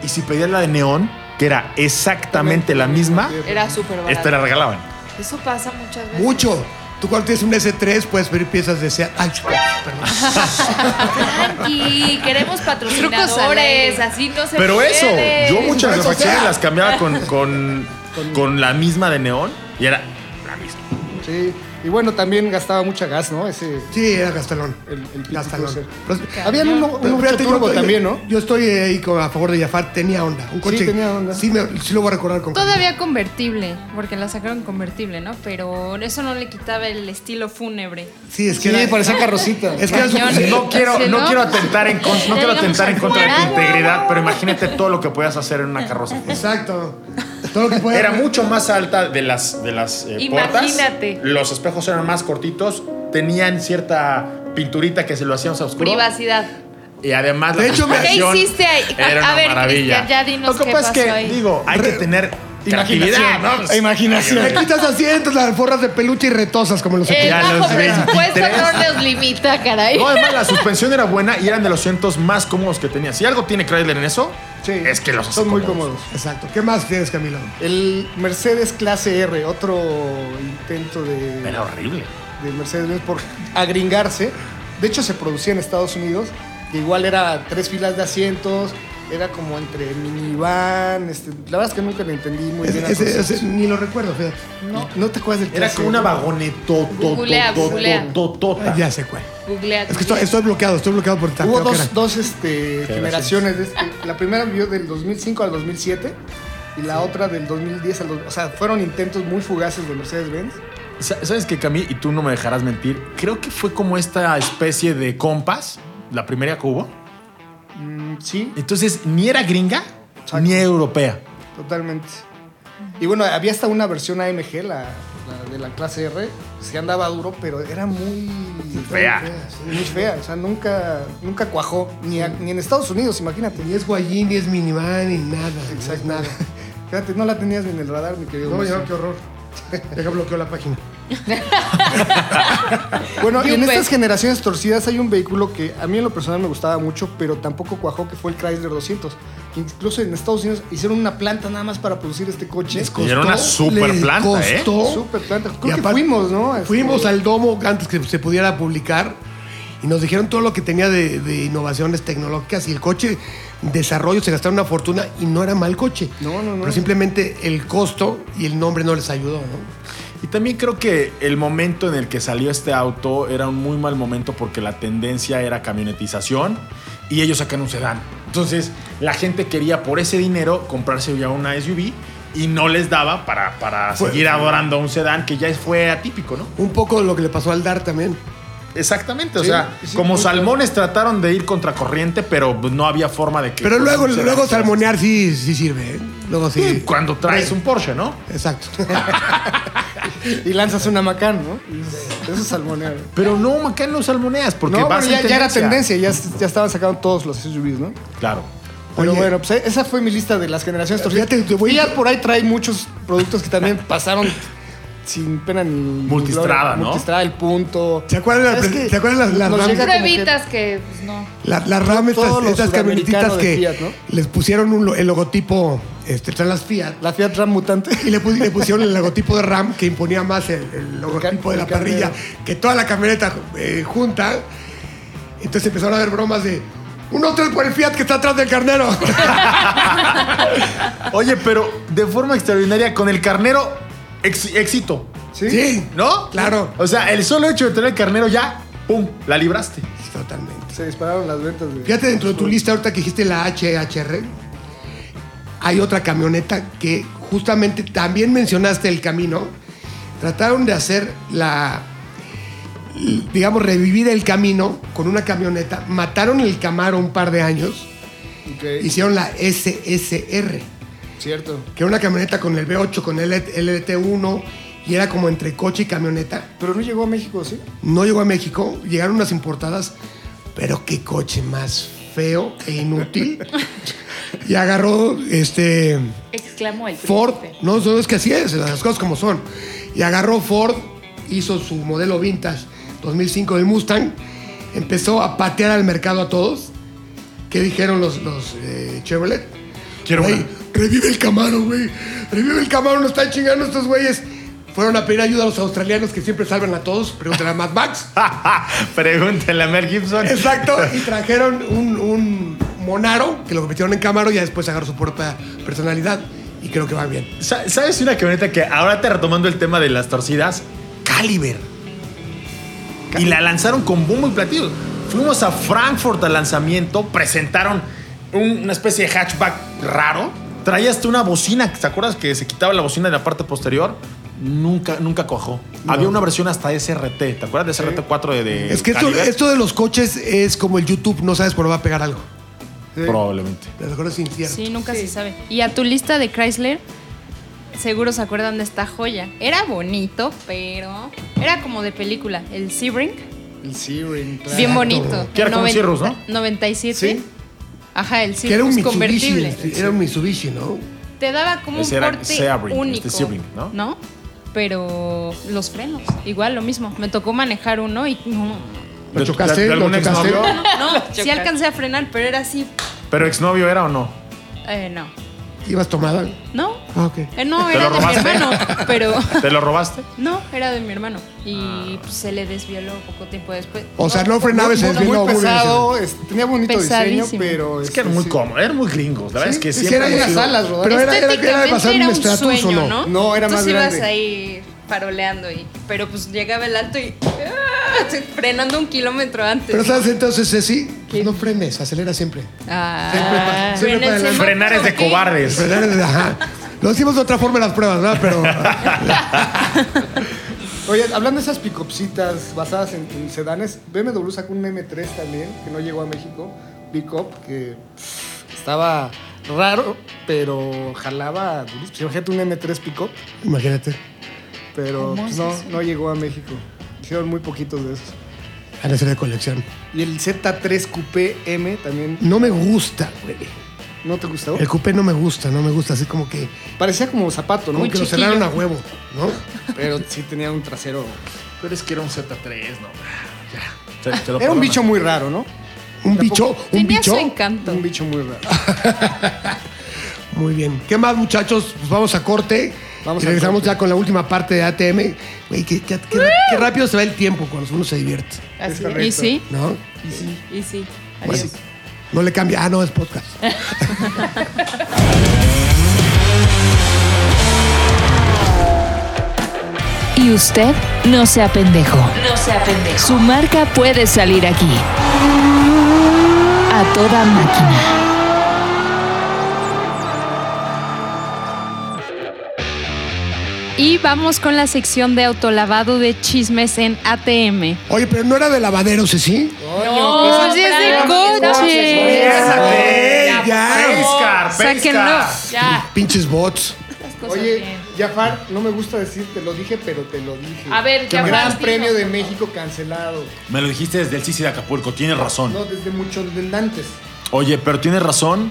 Y si pedías la de Neón, que era exactamente la misma, Era súper barato. esta la regalaban. Eso pasa muchas veces. Mucho. Tú cuando tienes un S3 puedes pedir piezas de Seat. Ay, perdón. Tranqui, queremos al patrocinadores, aire. así no se Pero eso, puede. yo muchas Por eso, refacciones o sea. las cambiaba con, con, con la misma de Neón y era la misma. Sí. Y bueno, también gastaba mucha gas, ¿no? Ese. Sí, era gastalón. El- el gastalón. Cruiser. Pero- Había un, un Pero ocho fíjate, turbo yo, también, ¿no? Yo estoy eh, ahí con- a favor de Jafar. Tenía onda. Un coche. tenía onda. Sí, me- sí lo voy a recordar con Todavía convertible, porque la sacaron convertible, ¿no? Pero eso no le quitaba el estilo fúnebre. Sí, es que Sí, era- parecía carrocita. Es que era su- Cañón. No quiero, Sí, no ¿no? quiero atentar en, con- no quiero atentar en contra de tu integridad, pero imagínate todo lo que podías hacer en una carroza. Exacto. Todo lo que puede. Era mucho más alta de las, de las eh, Imagínate. puertas. Los espejos eran más cortitos, tenían cierta pinturita que se lo hacían a oscuro. Privacidad. Y además la De hecho, me- ¿Qué construcción hiciste ahí? Era A una ver, maravilla. Cristian, ya dinos lo que qué pasa es pasó que, ahí. digo, hay que tener tranquilidad, ¿no? Pues, Le quitas asientos, las alforjas de peluche y retosas como los Eh, El Ya bajo los presupuesto 23. no nos limita, caray. No, además la suspensión era buena y eran de los cientos más cómodos que tenía. Si algo tiene Chrysler en eso, Sí. es que los hace Son muy cómodos. cómodos. Exacto. ¿Qué más tienes, Ah, Camilo? El Mercedes Clase R, otro intento de, Era horrible. de Mercedes-Benz por agringarse. De hecho, se producía en Estados Unidos, que igual era tres filas de asientos, era como entre minivan. Este, la verdad es que nunca lo entendí muy Ese- bien. al ese- concepto. ese- ni lo recuerdo, fíjate. no. ¿No te acuerdas del Era Clase como una R? Googlea, googlea. vagonetototototota. Ah, Ya sé cuál. Googlea. Es que estoy, estoy bloqueado, estoy bloqueado por tanta Hubo flojera. dos, dos, este, generaciones. de este- la primera vivió del 2005 al 2007 y la otra del 2010 al... dos- O sea, fueron intentos muy fugaces de Mercedes-Benz. Sa- ¿Sabes qué, Cami? Y tú no me dejarás mentir. Creo que fue como esta especie de compas, la primera que hubo. Mm, sí, Entonces, ni era gringa, Exacto. ni europea. totalmente. Y bueno, había hasta una versión AMG, la, la de la clase R, se andaba duro, pero era muy Fea. sí, Muy fea, o sea, nunca, nunca cuajó, ni, a- ni en Estados Unidos, imagínate. Ni es guayín, ni es minivan, ni nada. Exacto. No es nada. Fíjate, no la tenías ni en el radar, mi querido. No, Messi. ya, qué horror. Ya que bloqueó la página. Bueno, en Yupe. estas generaciones torcidas hay un vehículo que a mí en lo personal me gustaba mucho, pero tampoco cuajó, que fue el Chrysler 200. que incluso en Estados Unidos hicieron una planta nada más para producir este coche. Les Y era una super les planta, ¿eh? costó. Súper planta. Creo Y que aparte- fuimos, ¿no? Este, Fuimos al domo antes que se pudiera publicar y nos dijeron todo lo que tenía de, de innovaciones tecnológicas y el coche desarrollo se gastaron una fortuna y no era mal coche. No, no, no. Pero simplemente el costo y el nombre no les ayudó, ¿no? Y también creo que el momento en el que salió este auto era un muy mal momento porque la tendencia era camionetización y ellos sacan un sedán. Entonces, la gente quería por ese dinero comprarse ya una SUV y no les daba para, para Fue- seguir adorando un sedán que ya fue atípico, ¿no? Un poco lo que le pasó al DAR también. Exactamente, o Sí, sea, sí, como justo. salmones trataron de ir contracorriente, pero pues, no había forma de que. Pero luego, fuera un luego sedán. salmonear sí, sí sirve. ¿eh? Luego sí. Sí, Cuando traes un Porsche, ¿no? Exacto. Y lanzas una Macan, ¿no? Y dices, Eso es salmonero. Pero no, Macán no salmoneas porque no, vas bueno, ya, en ya era tendencia, ya, ya estaban sacando todos los SUVs, ¿no? Claro. Pero Oye. bueno, pues esa fue mi lista de las generaciones torcidas. Fíjate, te voy- Y ya por ahí trae muchos productos que también pasaron sin pena ni... ni Multistrada, gloria. ¿no? Multistrada, el punto. ¿Se acuerdan, ¿Sabes la- qué? ¿se acuerdan las- las Nos RAM? llega como que- Pruebitas que, pues, no. La, la RAM, Todos estas, los estas camionetitas sudamericanos de que Fiat, ¿no? les pusieron un lo- el logotipo, este, traen las Fiat. La Fiat Ram mutante. Y le, pus- le pusieron el logotipo de RAM que imponía más el, el logotipo de la el carnero. parrilla que toda la camioneta eh, junta. Entonces empezaron a haber bromas de un otro por el Fiat que está atrás del carnero. Oye, pero de forma extraordinaria, con el carnero, ex- éxito. Sí, ¿No? Claro. O sea, el solo hecho de tener el carnero ya, ¡pum! La libraste. Totalmente. Se dispararon las ventas. De... Fíjate dentro de tu lista ahorita que dijiste la HHR. Hay otra camioneta que justamente también mencionaste el camino. Trataron de hacer la digamos revivir el camino con una camioneta. Mataron el Camaro un par de años. Ok, hicieron la SSR, Cierto. que era una camioneta con el V8, con el LT1, y era como entre coche y camioneta. Pero no llegó a México, ¿sí? No llegó a México, llegaron unas importadas, pero qué coche más feo e inútil. y agarró este Exclamó el Ford, príncipe. no, no es que así es, las cosas como son. Y agarró Ford, hizo su modelo vintage 2005 del Mustang, empezó a patear al mercado a todos. ¿Qué dijeron los, los eh, Chevrolet? Quiero Güey, revive el Camaro, güey. Revive el Camaro, nos están chingando estos güeyes. Fueron a pedir ayuda a los australianos que siempre salvan a todos. Pregúntale a Mad Max. una. Pregúntale a Mel Gibson. Exacto. Y trajeron un, un Monaro que lo metieron en Camaro y ya después agarró su propia personalidad. Y creo que va bien. Sa- ¿Sabes una camioneta que ahora te retomando el tema de las torcidas? Caliber. Y la lanzaron con bombo y platillo. Fuimos a Frankfurt al lanzamiento, presentaron un- una especie de hatchback raro. Traía hasta una bocina, ¿te acuerdas que se quitaba la bocina de la parte posterior? Nunca, nunca cojó. Había una versión hasta SRT, ¿te acuerdas de SRT4 de, de Es que esto, Caliber? esto de los coches es como el YouTube, no sabes por dónde va a pegar algo. Probablemente. A lo mejor es incierto. Sí, nunca se sabe. Y a tu lista de Chrysler, seguro se acuerdan de esta joya. Era bonito, pero era como de película. El Sebring, El Searing, claro. bien bonito. Que era como un Noven- Cirrus, ¿no? 97. Sí. Ajá, el Que era un Cirrus Mitsubishi. convertible. sí, Era un Mitsubishi, ¿no? Te daba como Ese un era corte Sebring, único. este Sebring, ¿no? Pero los frenos, igual lo mismo. Me tocó manejar uno y no, ¿Lo ¿De- chocaste? de- de ¿Lo algún chocaste? exnovio? no, sí alcancé a frenar, pero era así, ¿Pero exnovio era o no? eh, no, Ibas tomada. no, Ah, ok. eh, no ¿Te lo era de mi robaste? hermano, pero ¿Te lo robaste? no era de mi hermano y Ah. pues, se le desvió poco tiempo después. O sea, no frenaba Muy, y se desvió. no, muy muy bien, pesado, es- tenía bonito diseño, Pesadísimo. pero... este, Es que era muy sí. cómodo, era muy gringo. La verdad es que Pues Sí, siempre. era hemos una sido- sala. Alas, ¿verdad? Pero era, era, era Estéticamente pasar un era un estratus o sueños, no. ¿no? No, era más Entonces grande. ibas ahí faroleando y, pero pues llegaba el alto y ¡ah! frenando un kilómetro antes. Pero sabes entonces, Ceci, pues no frenes, acelera siempre. Ah, Siempre frena para el adelante. semáforo, Frenar es de ok. cobardes. Frenar es- ajá. Lo hicimos de otra forma en las pruebas, ¿verdad? Pero Oye, hablando de esas picopsitas basadas en, en sedanes, BMW sacó un M3 también, que no llegó a México, pickup, que pff, estaba raro, pero jalaba durísimo. Pues Imagínate un M3 Pickup, Imagínate. pero pues, no, no llegó a México. Hicieron muy poquitos de esos. A la serie de colección. Y el Z3 Coupé M también. No me gusta, güey. ¿No te gustó? El coupé no me gusta, no me gusta. Así como que, Parecía como zapato, ¿no? como que lo cerraron a huevo, ¿no? Pero sí tenía un trasero. Pero es que era un Z3, no. Ya. Te- te Era lo un perdono. bicho muy raro, ¿no? Un bicho, un Tenía bicho. su encanto. Un bicho muy raro. Muy bien. ¿Qué más, muchachos? Pues vamos a corte. Vamos y a regresamos corte. ya con la última parte de ATM. Güey, qué, qué- qué- qué rápido se va el tiempo cuando uno se divierte, Así. correcto. Y sí, ¿no? y sí. Pues, no le cambia. Ah, no, es podcast. Y usted no sea pendejo. No sea pendejo. Su marca puede salir aquí. A toda máquina. Y vamos con la sección de autolavado de chismes en ATM. Oye, pero no era de lavadero, ¿sí? sí? No, sí pues es el el coche. ¡Piénsate! ¡Pescar! Sáquenlo. ¡Pescar! Ya. Pinches bots. Oye, Jafar, no me gusta decir te lo dije, pero te lo dije. A ver, Jafar, Gran dinos. premio de México cancelado. Me lo dijiste desde el Sisi de Acapulco, tienes razón. No, desde mucho desde antes. Oye, pero tienes razón.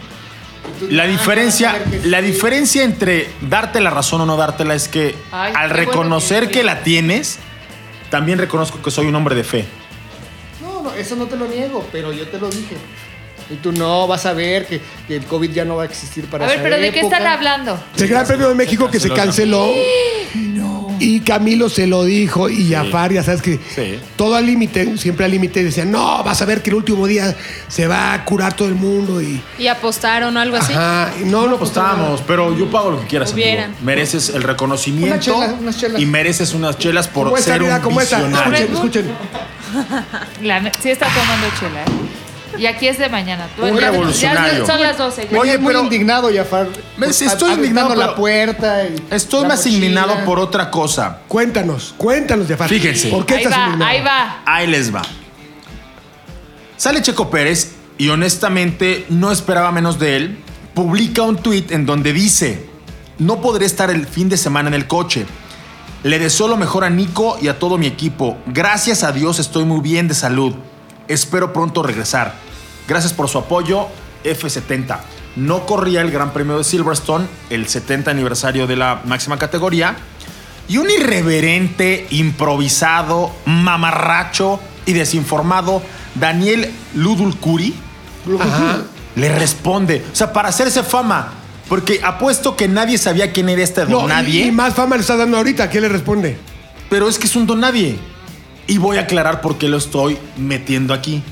Tú- La Ah, diferencia, claro que sí. la diferencia entre darte la razón o no dártela es que Ay, al qué bueno reconocer que- que la tienes, también reconozco que soy un hombre de fe. No, no, eso no te lo niego, pero yo te lo dije. Y tú no, vas a ver que, que el COVID ya no va a existir para A ver, esa pero ¿de qué época. están hablando? El Gran Premio de México que se canceló. Y Camilo se lo dijo y Jafar, ya sabes que Sí. todo al límite, siempre al límite, decían, no, vas a ver que el último día se va a curar todo el mundo y... Y apostaron o algo así. Ajá, y no, no, pues Apostamos, pero yo pago lo que quieras. amigo. Hubieran. Mereces el reconocimiento Unas chelas, unas chelas. y mereces unas chelas por Como esta, ser mira, un como esta. visionario. Escuchen, escuchen. La ne- sí está tomando chela, ¿eh? Y aquí es de mañana. Tú- Un ya- ya revolucionario. son las 12. ya. Venía Oye, muy pero- indignado, Jafar. Ves, Pues, estoy ab- indignado, aventando la pero- puerta. y Estoy la más mochila. indignado por otra cosa. Cuéntanos, cuéntanos, Jafar. Fíjense. ¿Por qué Ahí estás va, indignado? ahí va. Ahí les va. Sale Checo Pérez y honestamente no esperaba menos de él. Publica un tuit en donde dice, no podré estar el fin de semana en el coche. Le deseo lo mejor a Nico y a todo mi equipo. Gracias a Dios estoy muy bien de salud. Espero pronto regresar. Gracias por su apoyo, F70. No corría el Gran Premio de Silverstone, el 70 aniversario de la máxima categoría. Y un irreverente, improvisado, mamarracho y desinformado, Daniel Ludulcuri, le responde. O sea, para hacerse fama, porque apuesto que nadie sabía quién era este don No, y- nadie. Y, más fama le está dando ahorita. ¿Qué le responde? Pero es que es un don nadie. Y voy a aclarar por qué lo estoy metiendo aquí.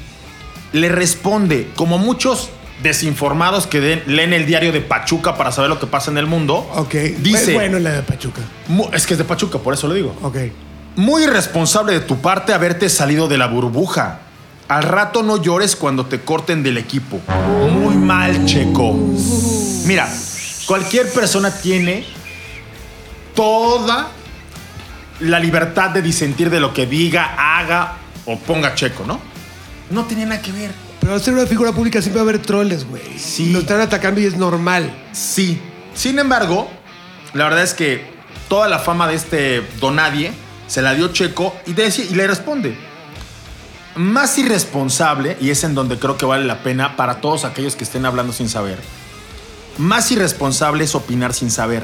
Le responde, como muchos desinformados que den- leen el diario de Pachuca para saber lo que pasa en el mundo. Ok. Dice, Bueno, la de Pachuca. "Mu- es que es de Pachuca, por eso lo digo. Ok. Muy irresponsable de tu parte haberte salido de la burbuja. Al rato no llores cuando te corten del equipo. Muy mal, Checo. Mira, cualquier persona tiene toda la libertad de disentir de lo que diga, haga o ponga Checo, ¿no? No tenía nada que ver. Pero al ser una figura pública siempre va a haber troles, güey. Sí. Lo están atacando y es normal. Sí. Sin embargo, la verdad es que toda la fama de este Donadie se la dio Checo y, deci- y le responde. Más irresponsable, y es en donde creo que vale la pena para todos aquellos que estén hablando sin saber. Más irresponsable es opinar sin saber.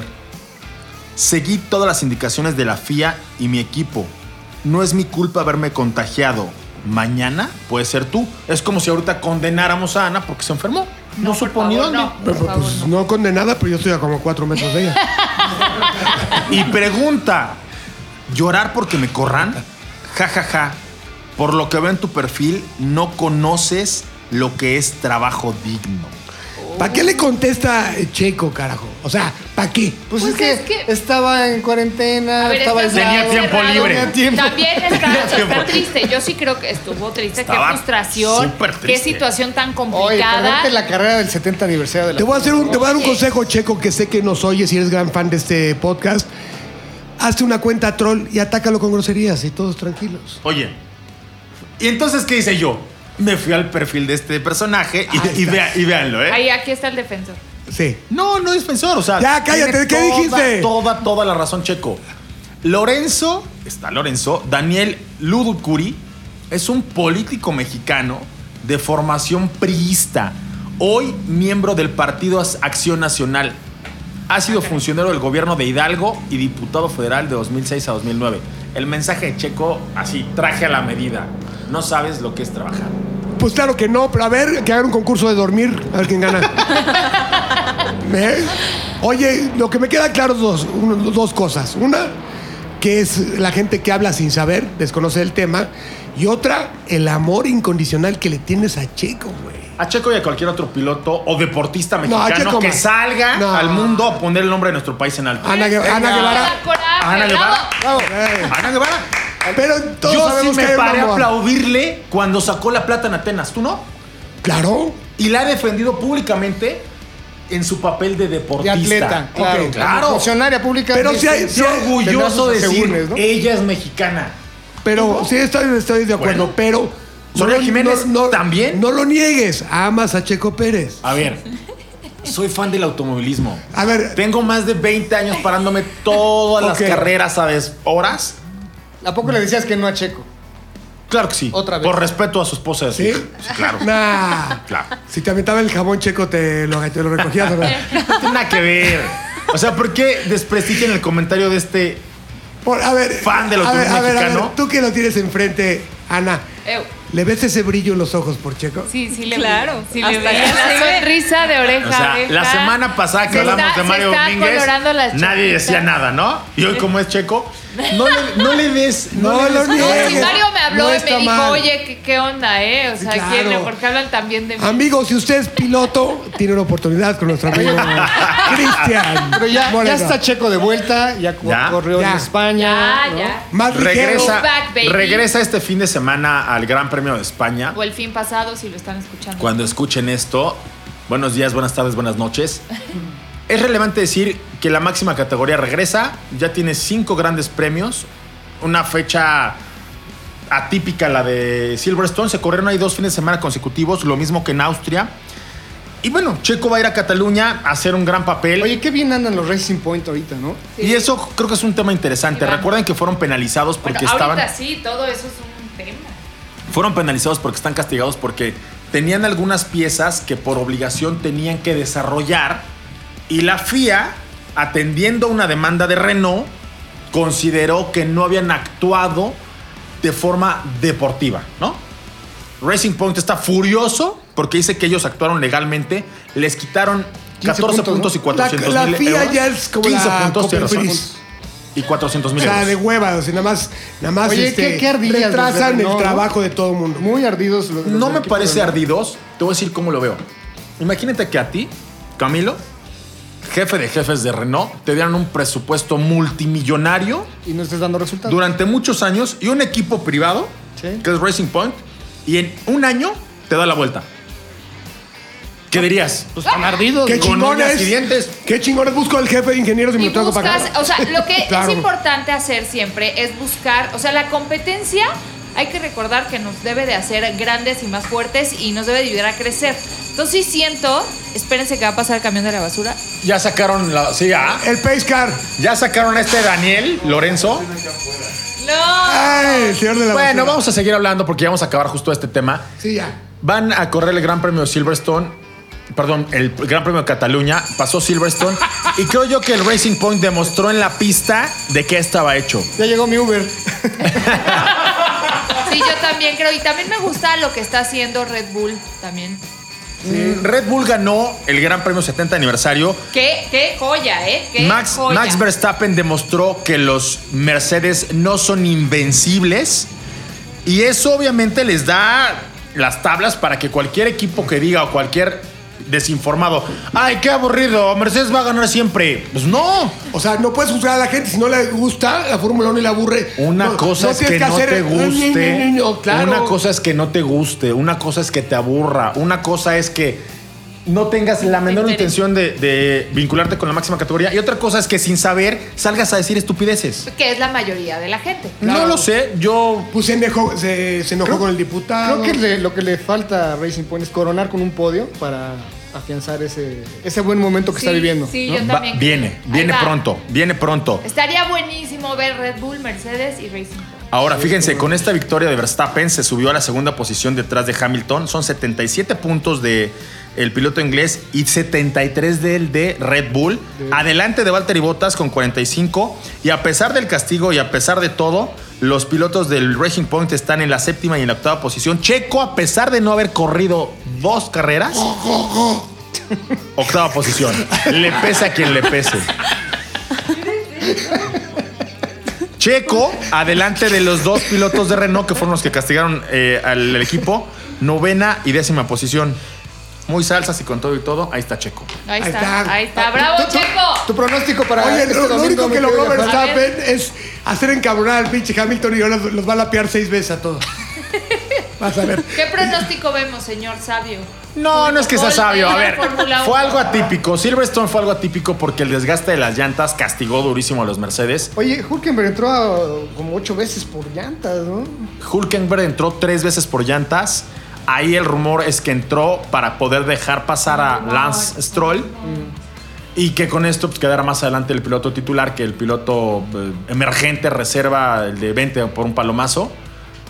Seguí todas las indicaciones de la FIA y mi equipo. No es mi culpa haberme contagiado. Mañana puede ser tú. Es como si ahorita condenáramos a Ana porque se enfermó. No, por supo ni favor, dónde. no. Pero, Por favor, pues no condenada, pero yo estoy a como cuatro metros de ella. Y pregunta, ¿llorar porque me corran? Ja, ja, ja. Por lo que veo en tu perfil, no conoces lo que es trabajo digno. ¿Para qué le contesta eh, Checo, carajo? O sea, ¿para qué? Pues, Pues es, que es que- estaba en cuarentena, A ver, estaba está- aislado. Tenía tiempo libre. Tenía tiempo. También está, Tenía tiempo. está triste. Yo sí creo que estuvo triste. Estaba qué frustración. súper Qué triste. situación tan Oye, complicada. perderte la carrera del 70 aniversario de la Te voy a hacer un, te voy a dar un consejo, Checo, que sé que nos oyes y eres gran fan de este podcast. Hazte una cuenta troll y atácalo con groserías y todos tranquilos. Oye, ¿y entonces qué hice yo? me fui al perfil de este personaje y, y, vea- y véanlo, ¿eh? Ahí, aquí está el defensor. Sí. No, no defensor, o sea. Ya, cállate, tiene ¿qué toda, dijiste? Toda, toda la razón, Checo. Lorenzo, está Lorenzo, Daniel Luducuri, es un político mexicano de formación priista, hoy miembro del Partido As- Acción Nacional. Ha sido funcionario del gobierno de Hidalgo y diputado federal de 2006 a 2009. El mensaje de Checo, así, traje a la medida. No sabes lo que es trabajar. Pues claro que no, pero a ver, que hagan un concurso de dormir, a ver quién gana. ¿Eh? Oye, lo que me queda claro es dos, un- dos cosas. Una, que es la gente que habla sin saber, desconoce el tema. Y otra, el amor incondicional que le tienes a Checo, güey. A Checo y a cualquier otro piloto o deportista a mexicano Checo que más. salga No. al mundo a poner el nombre de nuestro país en alto. Ana, Gue- Ah, Ana Guevara. Da coraje, Ana bravo. Guevara. Eh, Ana Guevara. Pero todos Yo sí sabemos me que hay un paré a amor. aplaudirle cuando sacó la plata en Atenas. ¿Tú no? Claro. Y la ha defendido públicamente en su papel de De deportista. atleta, claro. Ok, Como claro. Funcionaria pública. Pero si hay- Estoy sí orgulloso de tendrá sus decir, asegúnes, ¿no? ella es mexicana. Pero sí, estoy, estoy de acuerdo, Bueno. pero. Sonia lo- Jiménez, ¿también? No lo niegues. Amas a Checo Pérez. A ver, soy fan del automovilismo. A ver. Tengo más de 20 años parándome todas Ok. las carreras a des- horas. ¿A poco le decías que no a Checo? Claro que sí. Otra vez. Por respeto a su esposa. y a su ¿Sí? hija. Pues claro. Nah. Claro. Si te aventaba el jabón checo, te lo, te lo recogías, ¿o no? No tiene nada que ver. O sea, ¿por qué desprestigian el comentario de este? Por- a ver. Fan del a ver, autobús a ver, a ver, mexicano. tú que lo tienes enfrente, Ana, Eu. ¿le ves ese brillo en los ojos por checo? Eh, Sí, sí le Claro, vi. Sí le hasta vi. ya se La ve. sonrisa de oreja O sea, abeja. la semana pasada que Se hablamos está- de Mario se está Domínguez, colorando las nadie chapitas. decía nada, ¿no? Y hoy, como es checo, no le, no le des. No, No le des- lo No, niegues. si Mario me habló No y me está dijo, mal. oye, ¿qué, qué onda, eh? O sea, Sí, claro. ¿quién le- ¿por qué hablan también de mí? Amigos, si usted es piloto, tiene una oportunidad con nuestro amigo Cristian. Pero ya, ya Moreno. está Checo de vuelta, ya, cu- Ya. corrió Ya. en España. Ya, ¿no? ya. Más Regresa, Go back, baby. regresa este fin de semana al Gran Premio de España. O el fin pasado, si lo están escuchando. Cuando escuchen esto, buenos días, buenas tardes, buenas noches. Es relevante decir que la máxima categoría regresa, ya tiene cinco grandes premios, una fecha atípica la de Silverstone, se corrieron ahí dos fines de semana consecutivos, lo mismo que en Austria. Y bueno, Checo va a ir a Cataluña a hacer un gran papel. Oye, qué bien andan los Racing Point ahorita, ¿no? y eso creo que es un tema interesante. Sí, van. Recuerden que fueron penalizados Bueno, porque ahorita estaban sí, todo eso es un tema. fueron penalizados porque están castigados porque tenían algunas piezas que por obligación tenían que desarrollar y la FIA, atendiendo una demanda de Renault, consideró que no habían actuado de forma deportiva, ¿no? Racing Point está furioso porque dice que ellos actuaron legalmente, les quitaron 15 14 puntos, puntos, ¿no? y 400 La- la mil FIA euros. ya es como 15 la puntos, tienes razón. Cofepris. y 400 O mil sea, de euros. hueva, o sea, nada más, nada más Oye, este, qué- qué ardillas los de retrasan el Renault, ¿no? trabajo de todo el mundo. Muy ardidos. los- los No me equipos parece de- ardidos. Te voy a decir cómo lo veo. Imagínate que a ti, Camilo, jefe de jefes de Renault, te dieran un presupuesto multimillonario Y no estés dando resultados. durante muchos años y un equipo privado, Sí. que es Racing Point, y en un año te da la vuelta. ¿Qué dirías? Pues tan ardidos. Qué con uñas chingones. y dientes. Qué chingones busco al jefe de ingenieros y me Y lo tengo que pagar. buscas, o sea, lo que Claro. es importante hacer siempre es buscar, o sea, la competencia hay que recordar que nos debe de hacer grandes y más fuertes y nos debe de ayudar a crecer. Entonces sí siento, espérense que va a pasar el camión de la basura. Ya sacaron la. Sí, ya. El Pace Car. Ya sacaron a este Daniel Lorenzo. No. Ay, el señor de la Bueno, basura. vamos a seguir hablando porque ya vamos a acabar justo este tema. Sí, ya. Van a correr el Gran Premio de Silverstone. Perdón, el Gran Premio de Cataluña. Pasó Silverstone. y creo yo que el Racing Point demostró en la pista de qué estaba hecho. Ya llegó mi Uber. Sí, yo también creo. Y también me gusta lo que está haciendo Red Bull también. Mm, Red Bull ganó el Gran Premio 70 aniversario. Qué, qué joya, ¿eh? Qué Max, joya. Max Verstappen demostró que los Mercedes no son invencibles. Y eso obviamente les da las tablas para que cualquier equipo que diga o cualquier desinformado, ay, qué aburrido, Mercedes va a ganar siempre. Pues no. O sea, no puedes juzgar a la gente si no le gusta la Fórmula 1 y la aburre. Una No, cosa no es que, tienes no hacer- te guste. No, no, no, no, claro. Una cosa es que no te guste. Una cosa es que te aburra. Una cosa es que no tengas la menor interesa. intención de, de vincularte con la máxima categoría. Y otra cosa es que sin saber salgas a decir estupideces. Que es la mayoría de la gente. No lo sé, yo... Pues se enojó, se, se enojó con el diputado. Ah, Creo que le- lo que le falta a Racing Point es coronar con un podio para afianzar ese, ese buen momento que Sí, está viviendo. Sí, ¿no? yo Va- también. viene, Ahí viene va. pronto, viene pronto. Estaría buenísimo ver Red Bull, Mercedes y Racing. Point. Ahora, fíjense, con esta victoria de Verstappen se subió a la segunda posición detrás de Hamilton. Son 77 puntos de el piloto inglés y 73 del de Red Bull. Adelante de Valtteri Bottas con 45. Y a pesar del castigo y a pesar de todo, los pilotos del Racing Point están en la séptima y en la octava posición. Checo, a pesar de no haber corrido dos carreras, octava posición. Le pese a quien le pese. Checo, adelante de los dos pilotos de Renault que fueron los que castigaron eh, al equipo, novena y décima posición. Muy salsas y con todo y todo, ahí está Ah, Checo. Ahí, Ahí está, está. ahí está. ¡Bravo, Tu- tu- Checo! Tu pronóstico para. Oye, este lo, lo domingo, único mi que logró querido Rafa. Verstappen es hacer encabronar al pinche Hamilton y ahora los, los va a lapear seis veces a todos. Vas a ver. ¿Qué pronóstico vemos, señor sabio? No, no es que sea Volpe, sabio. A ver, Fórmula fue Uno. algo atípico. Silverstone fue algo atípico porque el desgaste de las llantas castigó durísimo a los Mercedes. Oye, Hulkenberg entró a- como ocho veces por llantas, ¿no? Hulkenberg entró tres veces por llantas. Ahí el rumor es que entró para poder dejar pasar a Lance Stroll. Mm. Y que con esto pues, quedara más adelante el piloto titular que el piloto eh, emergente reserva, el de 20 por un palomazo.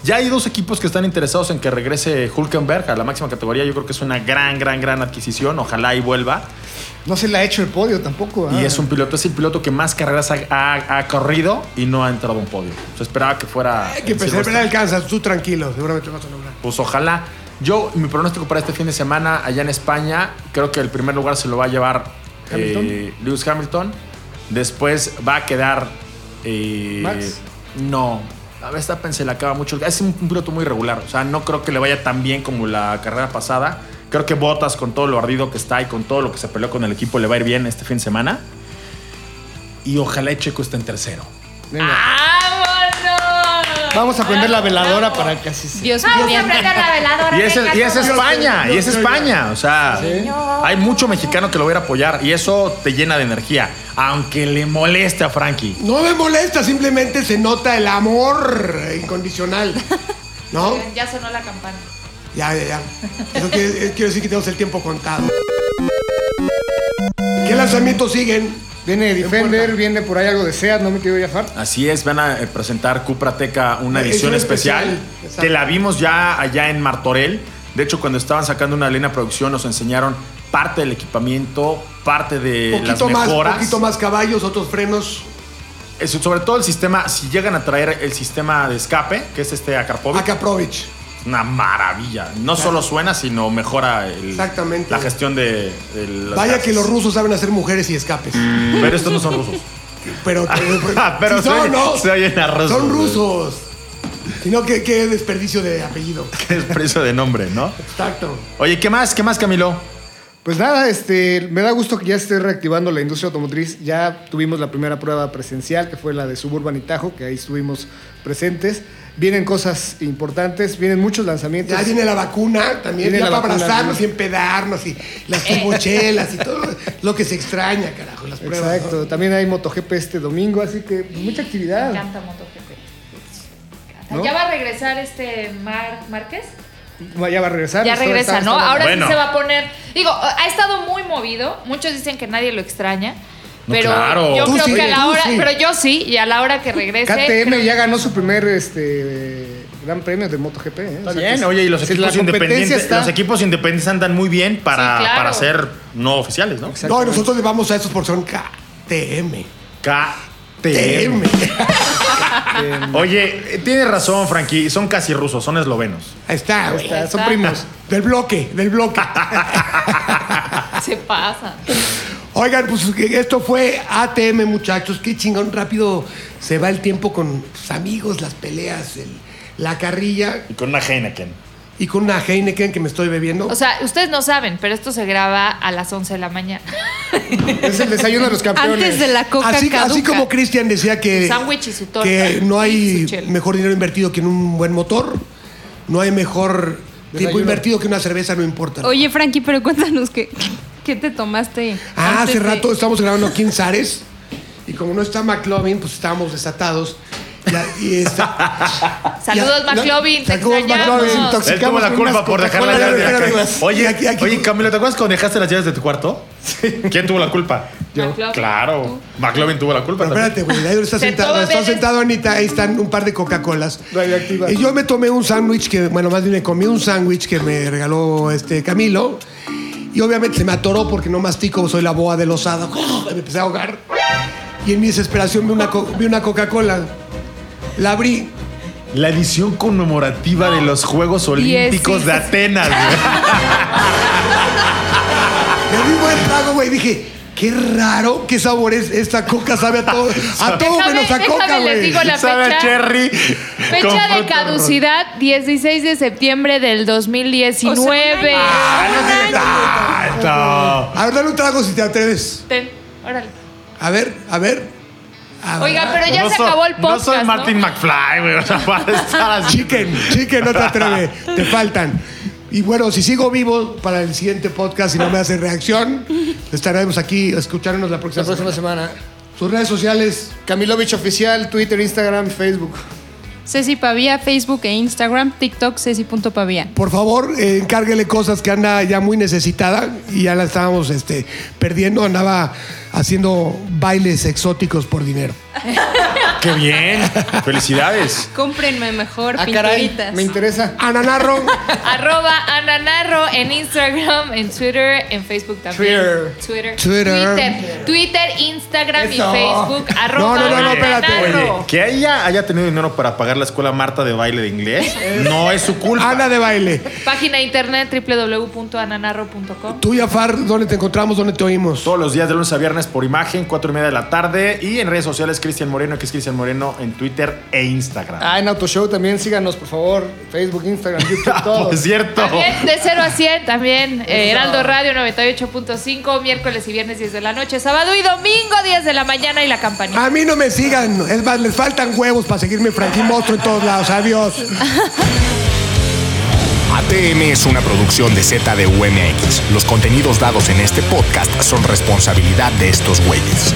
Ya hay dos equipos que están interesados en que regrese Hulkenberg a la máxima categoría. Yo creo que es una gran, gran, gran adquisición. Ojalá y vuelva. No se le ha hecho el podio tampoco. Y ah. es un piloto, es el piloto que más carreras ha, ha- ha corrido y no ha entrado a un podio. Se esperaba que fuera. Que en empezar Silverstone. a alcanzas, tú tranquilo, seguramente vas a lograr. pues ojalá. Yo, mi pronóstico para este fin de semana allá en España, creo que el primer lugar se lo va a llevar ¿Hamilton? eh, Lewis Hamilton. Después va a quedar. eh, ¿Max? No. A Verstappen se le acaba mucho. el- Es un, un piloto muy regular. O sea, no creo que le vaya tan bien como la carrera pasada. Creo que Botas, con todo lo ardido que está y con todo lo que se peleó con el equipo, le va a ir bien este fin de semana. Y ojalá y Checo esté en tercero. Venga. ¡Vámonos! Vamos a prender la Bravo, veladora bravo. para que así sea. Dios Vamos a mediante. prender la veladora. Y es, venga, y es todos. España, y es España. O sea, hay mucho mexicano que lo va a ir a apoyar y eso te llena de energía, aunque le moleste a Frankie. No me molesta, simplemente se nota el amor incondicional. ¿No? Ya sonó la campana. Ya, ya, ya. Eso quiere, eh, quiere decir que tenemos el tiempo contado. ¿Qué lanzamientos siguen? Viene Defender, viene por ahí algo de SEAT, no me quiero viajar. Así es, van a eh, presentar Cuprateca una edición Edición especial, especial, exacto. que la vimos ya allá en Martorell. De hecho, cuando estaban sacando una línea de producción nos enseñaron parte del equipamiento, parte de Eh, las Poquito más, mejoras. poquito más caballos, otros frenos. Eh, Sobre todo el sistema, si llegan a traer el sistema de escape, que es este Acarpovic. Akaprovich. una maravilla. No solo suena, sino mejora el- Exactamente. la gestión de, de las Vaya gases. que los rusos saben hacer mujeres y escapes. Pero estos no son rusos. Pero, Ah, Pero si se oye- se oyen a rusos, Son güey. rusos. Si no, qué, qué desperdicio de apellido. es precio de nombre, ¿no? Exacto. Oye, ¿qué más? ¿Qué más, Camilo? Pues nada, este, me da gusto que ya esté reactivando la industria automotriz. Ya tuvimos la primera prueba presencial, que fue la de Suburban y Tajo, que ahí estuvimos presentes. Vienen cosas importantes, vienen muchos lanzamientos. Ya viene la vacuna también, Viene ya la para vacuna, abrazarnos ¿no? y empedarnos y las turbochelas y todo lo que se extraña, carajo, las pruebas. Exacto, también hay MotoGP este domingo, así que pues, mucha Me actividad. encanta MotoGP. Me encanta. ¿No? ¿Ya va a regresar este Mar Márquez? Ya va a regresar. Ya está- regresa, está- ¿no? está- Ahora Bueno. sí se va a poner. Digo, ha estado muy movido. Muchos dicen que nadie lo extraña. No, Pero claro. yo Tú creo sí, que a la tú hora, sí. pero yo sí, y a la hora que regrese. creo- KTM ya ganó su primer este, gran premio de MotoGP. ¿eh? O sea, que es- oye, y los si equipos la competencia independientes. está- Los equipos independientes andan muy bien para, Sí, claro. para ser no oficiales, ¿no? No, y nosotros le vamos a esos porque son KTM. KTM. TM. Oye, eh, tienes razón, Frankie. Son casi rusos, son eslovenos. Ahí está, Ahí güey. está, son primos. Del bloque, del bloque. Se pasa. Oigan, pues que esto fue ATM, muchachos. Qué chingón, rápido se va el tiempo con tus amigos, las peleas, el- la carrilla Y con una Heineken. y con una Heineken que me estoy bebiendo. O sea, ustedes no saben, pero esto se graba a las 11 de la mañana. Es el desayuno de los campeones. Antes de la coca así, así caduca. como Cristian decía que, Su sándwich y su torta. que no Y hay su chela. mejor dinero invertido que en un buen motor, no hay mejor Tiempo Desayuno. invertido que una cerveza no importa. Oye, Frankie, pero cuéntanos qué, qué te tomaste. Ah, antes hace de- rato estamos grabando aquí en Zares y como no está McLovin, pues estábamos desatados. Ya- y está- Saludos, ya- McLovin. Te Saludos, McLovin, extrañamos. intox- Él tuvo Intoxicamos la con culpa unas por dejar las Coca-Cola, llaves de espérame, acá. espérame. Oye, Aquí, aquí. oye, Camilo, ¿te acuerdas cuando dejaste las llaves de tu cuarto? ¿Quién tuvo la culpa? Yo. McLovin. Claro. McLovin tuvo la culpa. Pero espérate, güey, ahí está Se sentado, toma está veces- sentado Anita, ahí están un par de Coca-Colas. Radioactiva. Y yo me tomé un sándwich que, bueno, más bien me comí un sándwich que me regaló este Camilo. Y obviamente se me atoró porque no mastico, soy la boa del osado. Me empecé a ahogar. Y en mi desesperación vi una, co- vi una Coca-Cola. La abrí. La edición conmemorativa de los Juegos Olímpicos de Atenas. güey. Le di un buen trago, güey. Dije, qué raro, qué sabor es esta coca. Sabe a todo, a todo Déjame- menos a déjame coca, les güey. digo la Sabe a fecha. Cherry. con Fecha de fruta roja. caducidad 16 de septiembre del 2019. Ah, A ver, dale un trago si te atreves. Ten, órale. A ver, a ver. A ver. Oiga, pero no. ya No se soy- acabó el podcast. No soy ¿no? Martin McFly, güey. O sea, para estar así. Chicken, chicken, no te atreves. te faltan. Y bueno, si sigo vivo para el siguiente podcast y no me hace reacción, estaremos aquí escuchándonos la próxima, La próxima semana. semana. Sus redes sociales. Camilovich Oficial, Twitter, Instagram, Facebook. Ceci Pavía, Facebook e Instagram, TikTok, Ceci.pavía. Por favor, eh, encárguele cosas que anda ya muy necesitada y ya la estábamos este, perdiendo. Andaba haciendo bailes exóticos por dinero. Qué bien. Felicidades. Cómprenme mejor Ah, caray, pinturitas. me interesa. Ananarro, Arroba Ananarro en Instagram, en Twitter, en Facebook también. Twitter. Twitter. Twitter. Twitter, Twitter, Instagram Eso. y Facebook. No, Arroba no, no, no, espérate. Ananarro. Oye, que ella haya tenido dinero para pagar la escuela Marta de baile de inglés no es su culpa. Ana de baile. Página de internet www.ananarro.com. Tú, Jafar, ¿dónde te encontramos? ¿Dónde te oímos? Todos los días de lunes a viernes por imagen, 4 y media de la tarde. Y en redes sociales, Cristian Moreno, que es Cristian Moreno en Twitter e Instagram. Ah, en Autoshow también síganos, por favor. Facebook, Instagram, YouTube, todo. Por cierto. También de 0 a 100, también eh, Heraldo Radio 98.5, miércoles y viernes 10 de la noche, sábado y domingo 10 de la mañana y la campanita. A mí no me sigan. Es más, les faltan huevos para seguirme Frankie Monstruo en todos lados. Adiós. ATM es una producción de ZDUMX. Los contenidos dados en este podcast son responsabilidad de estos güeyes.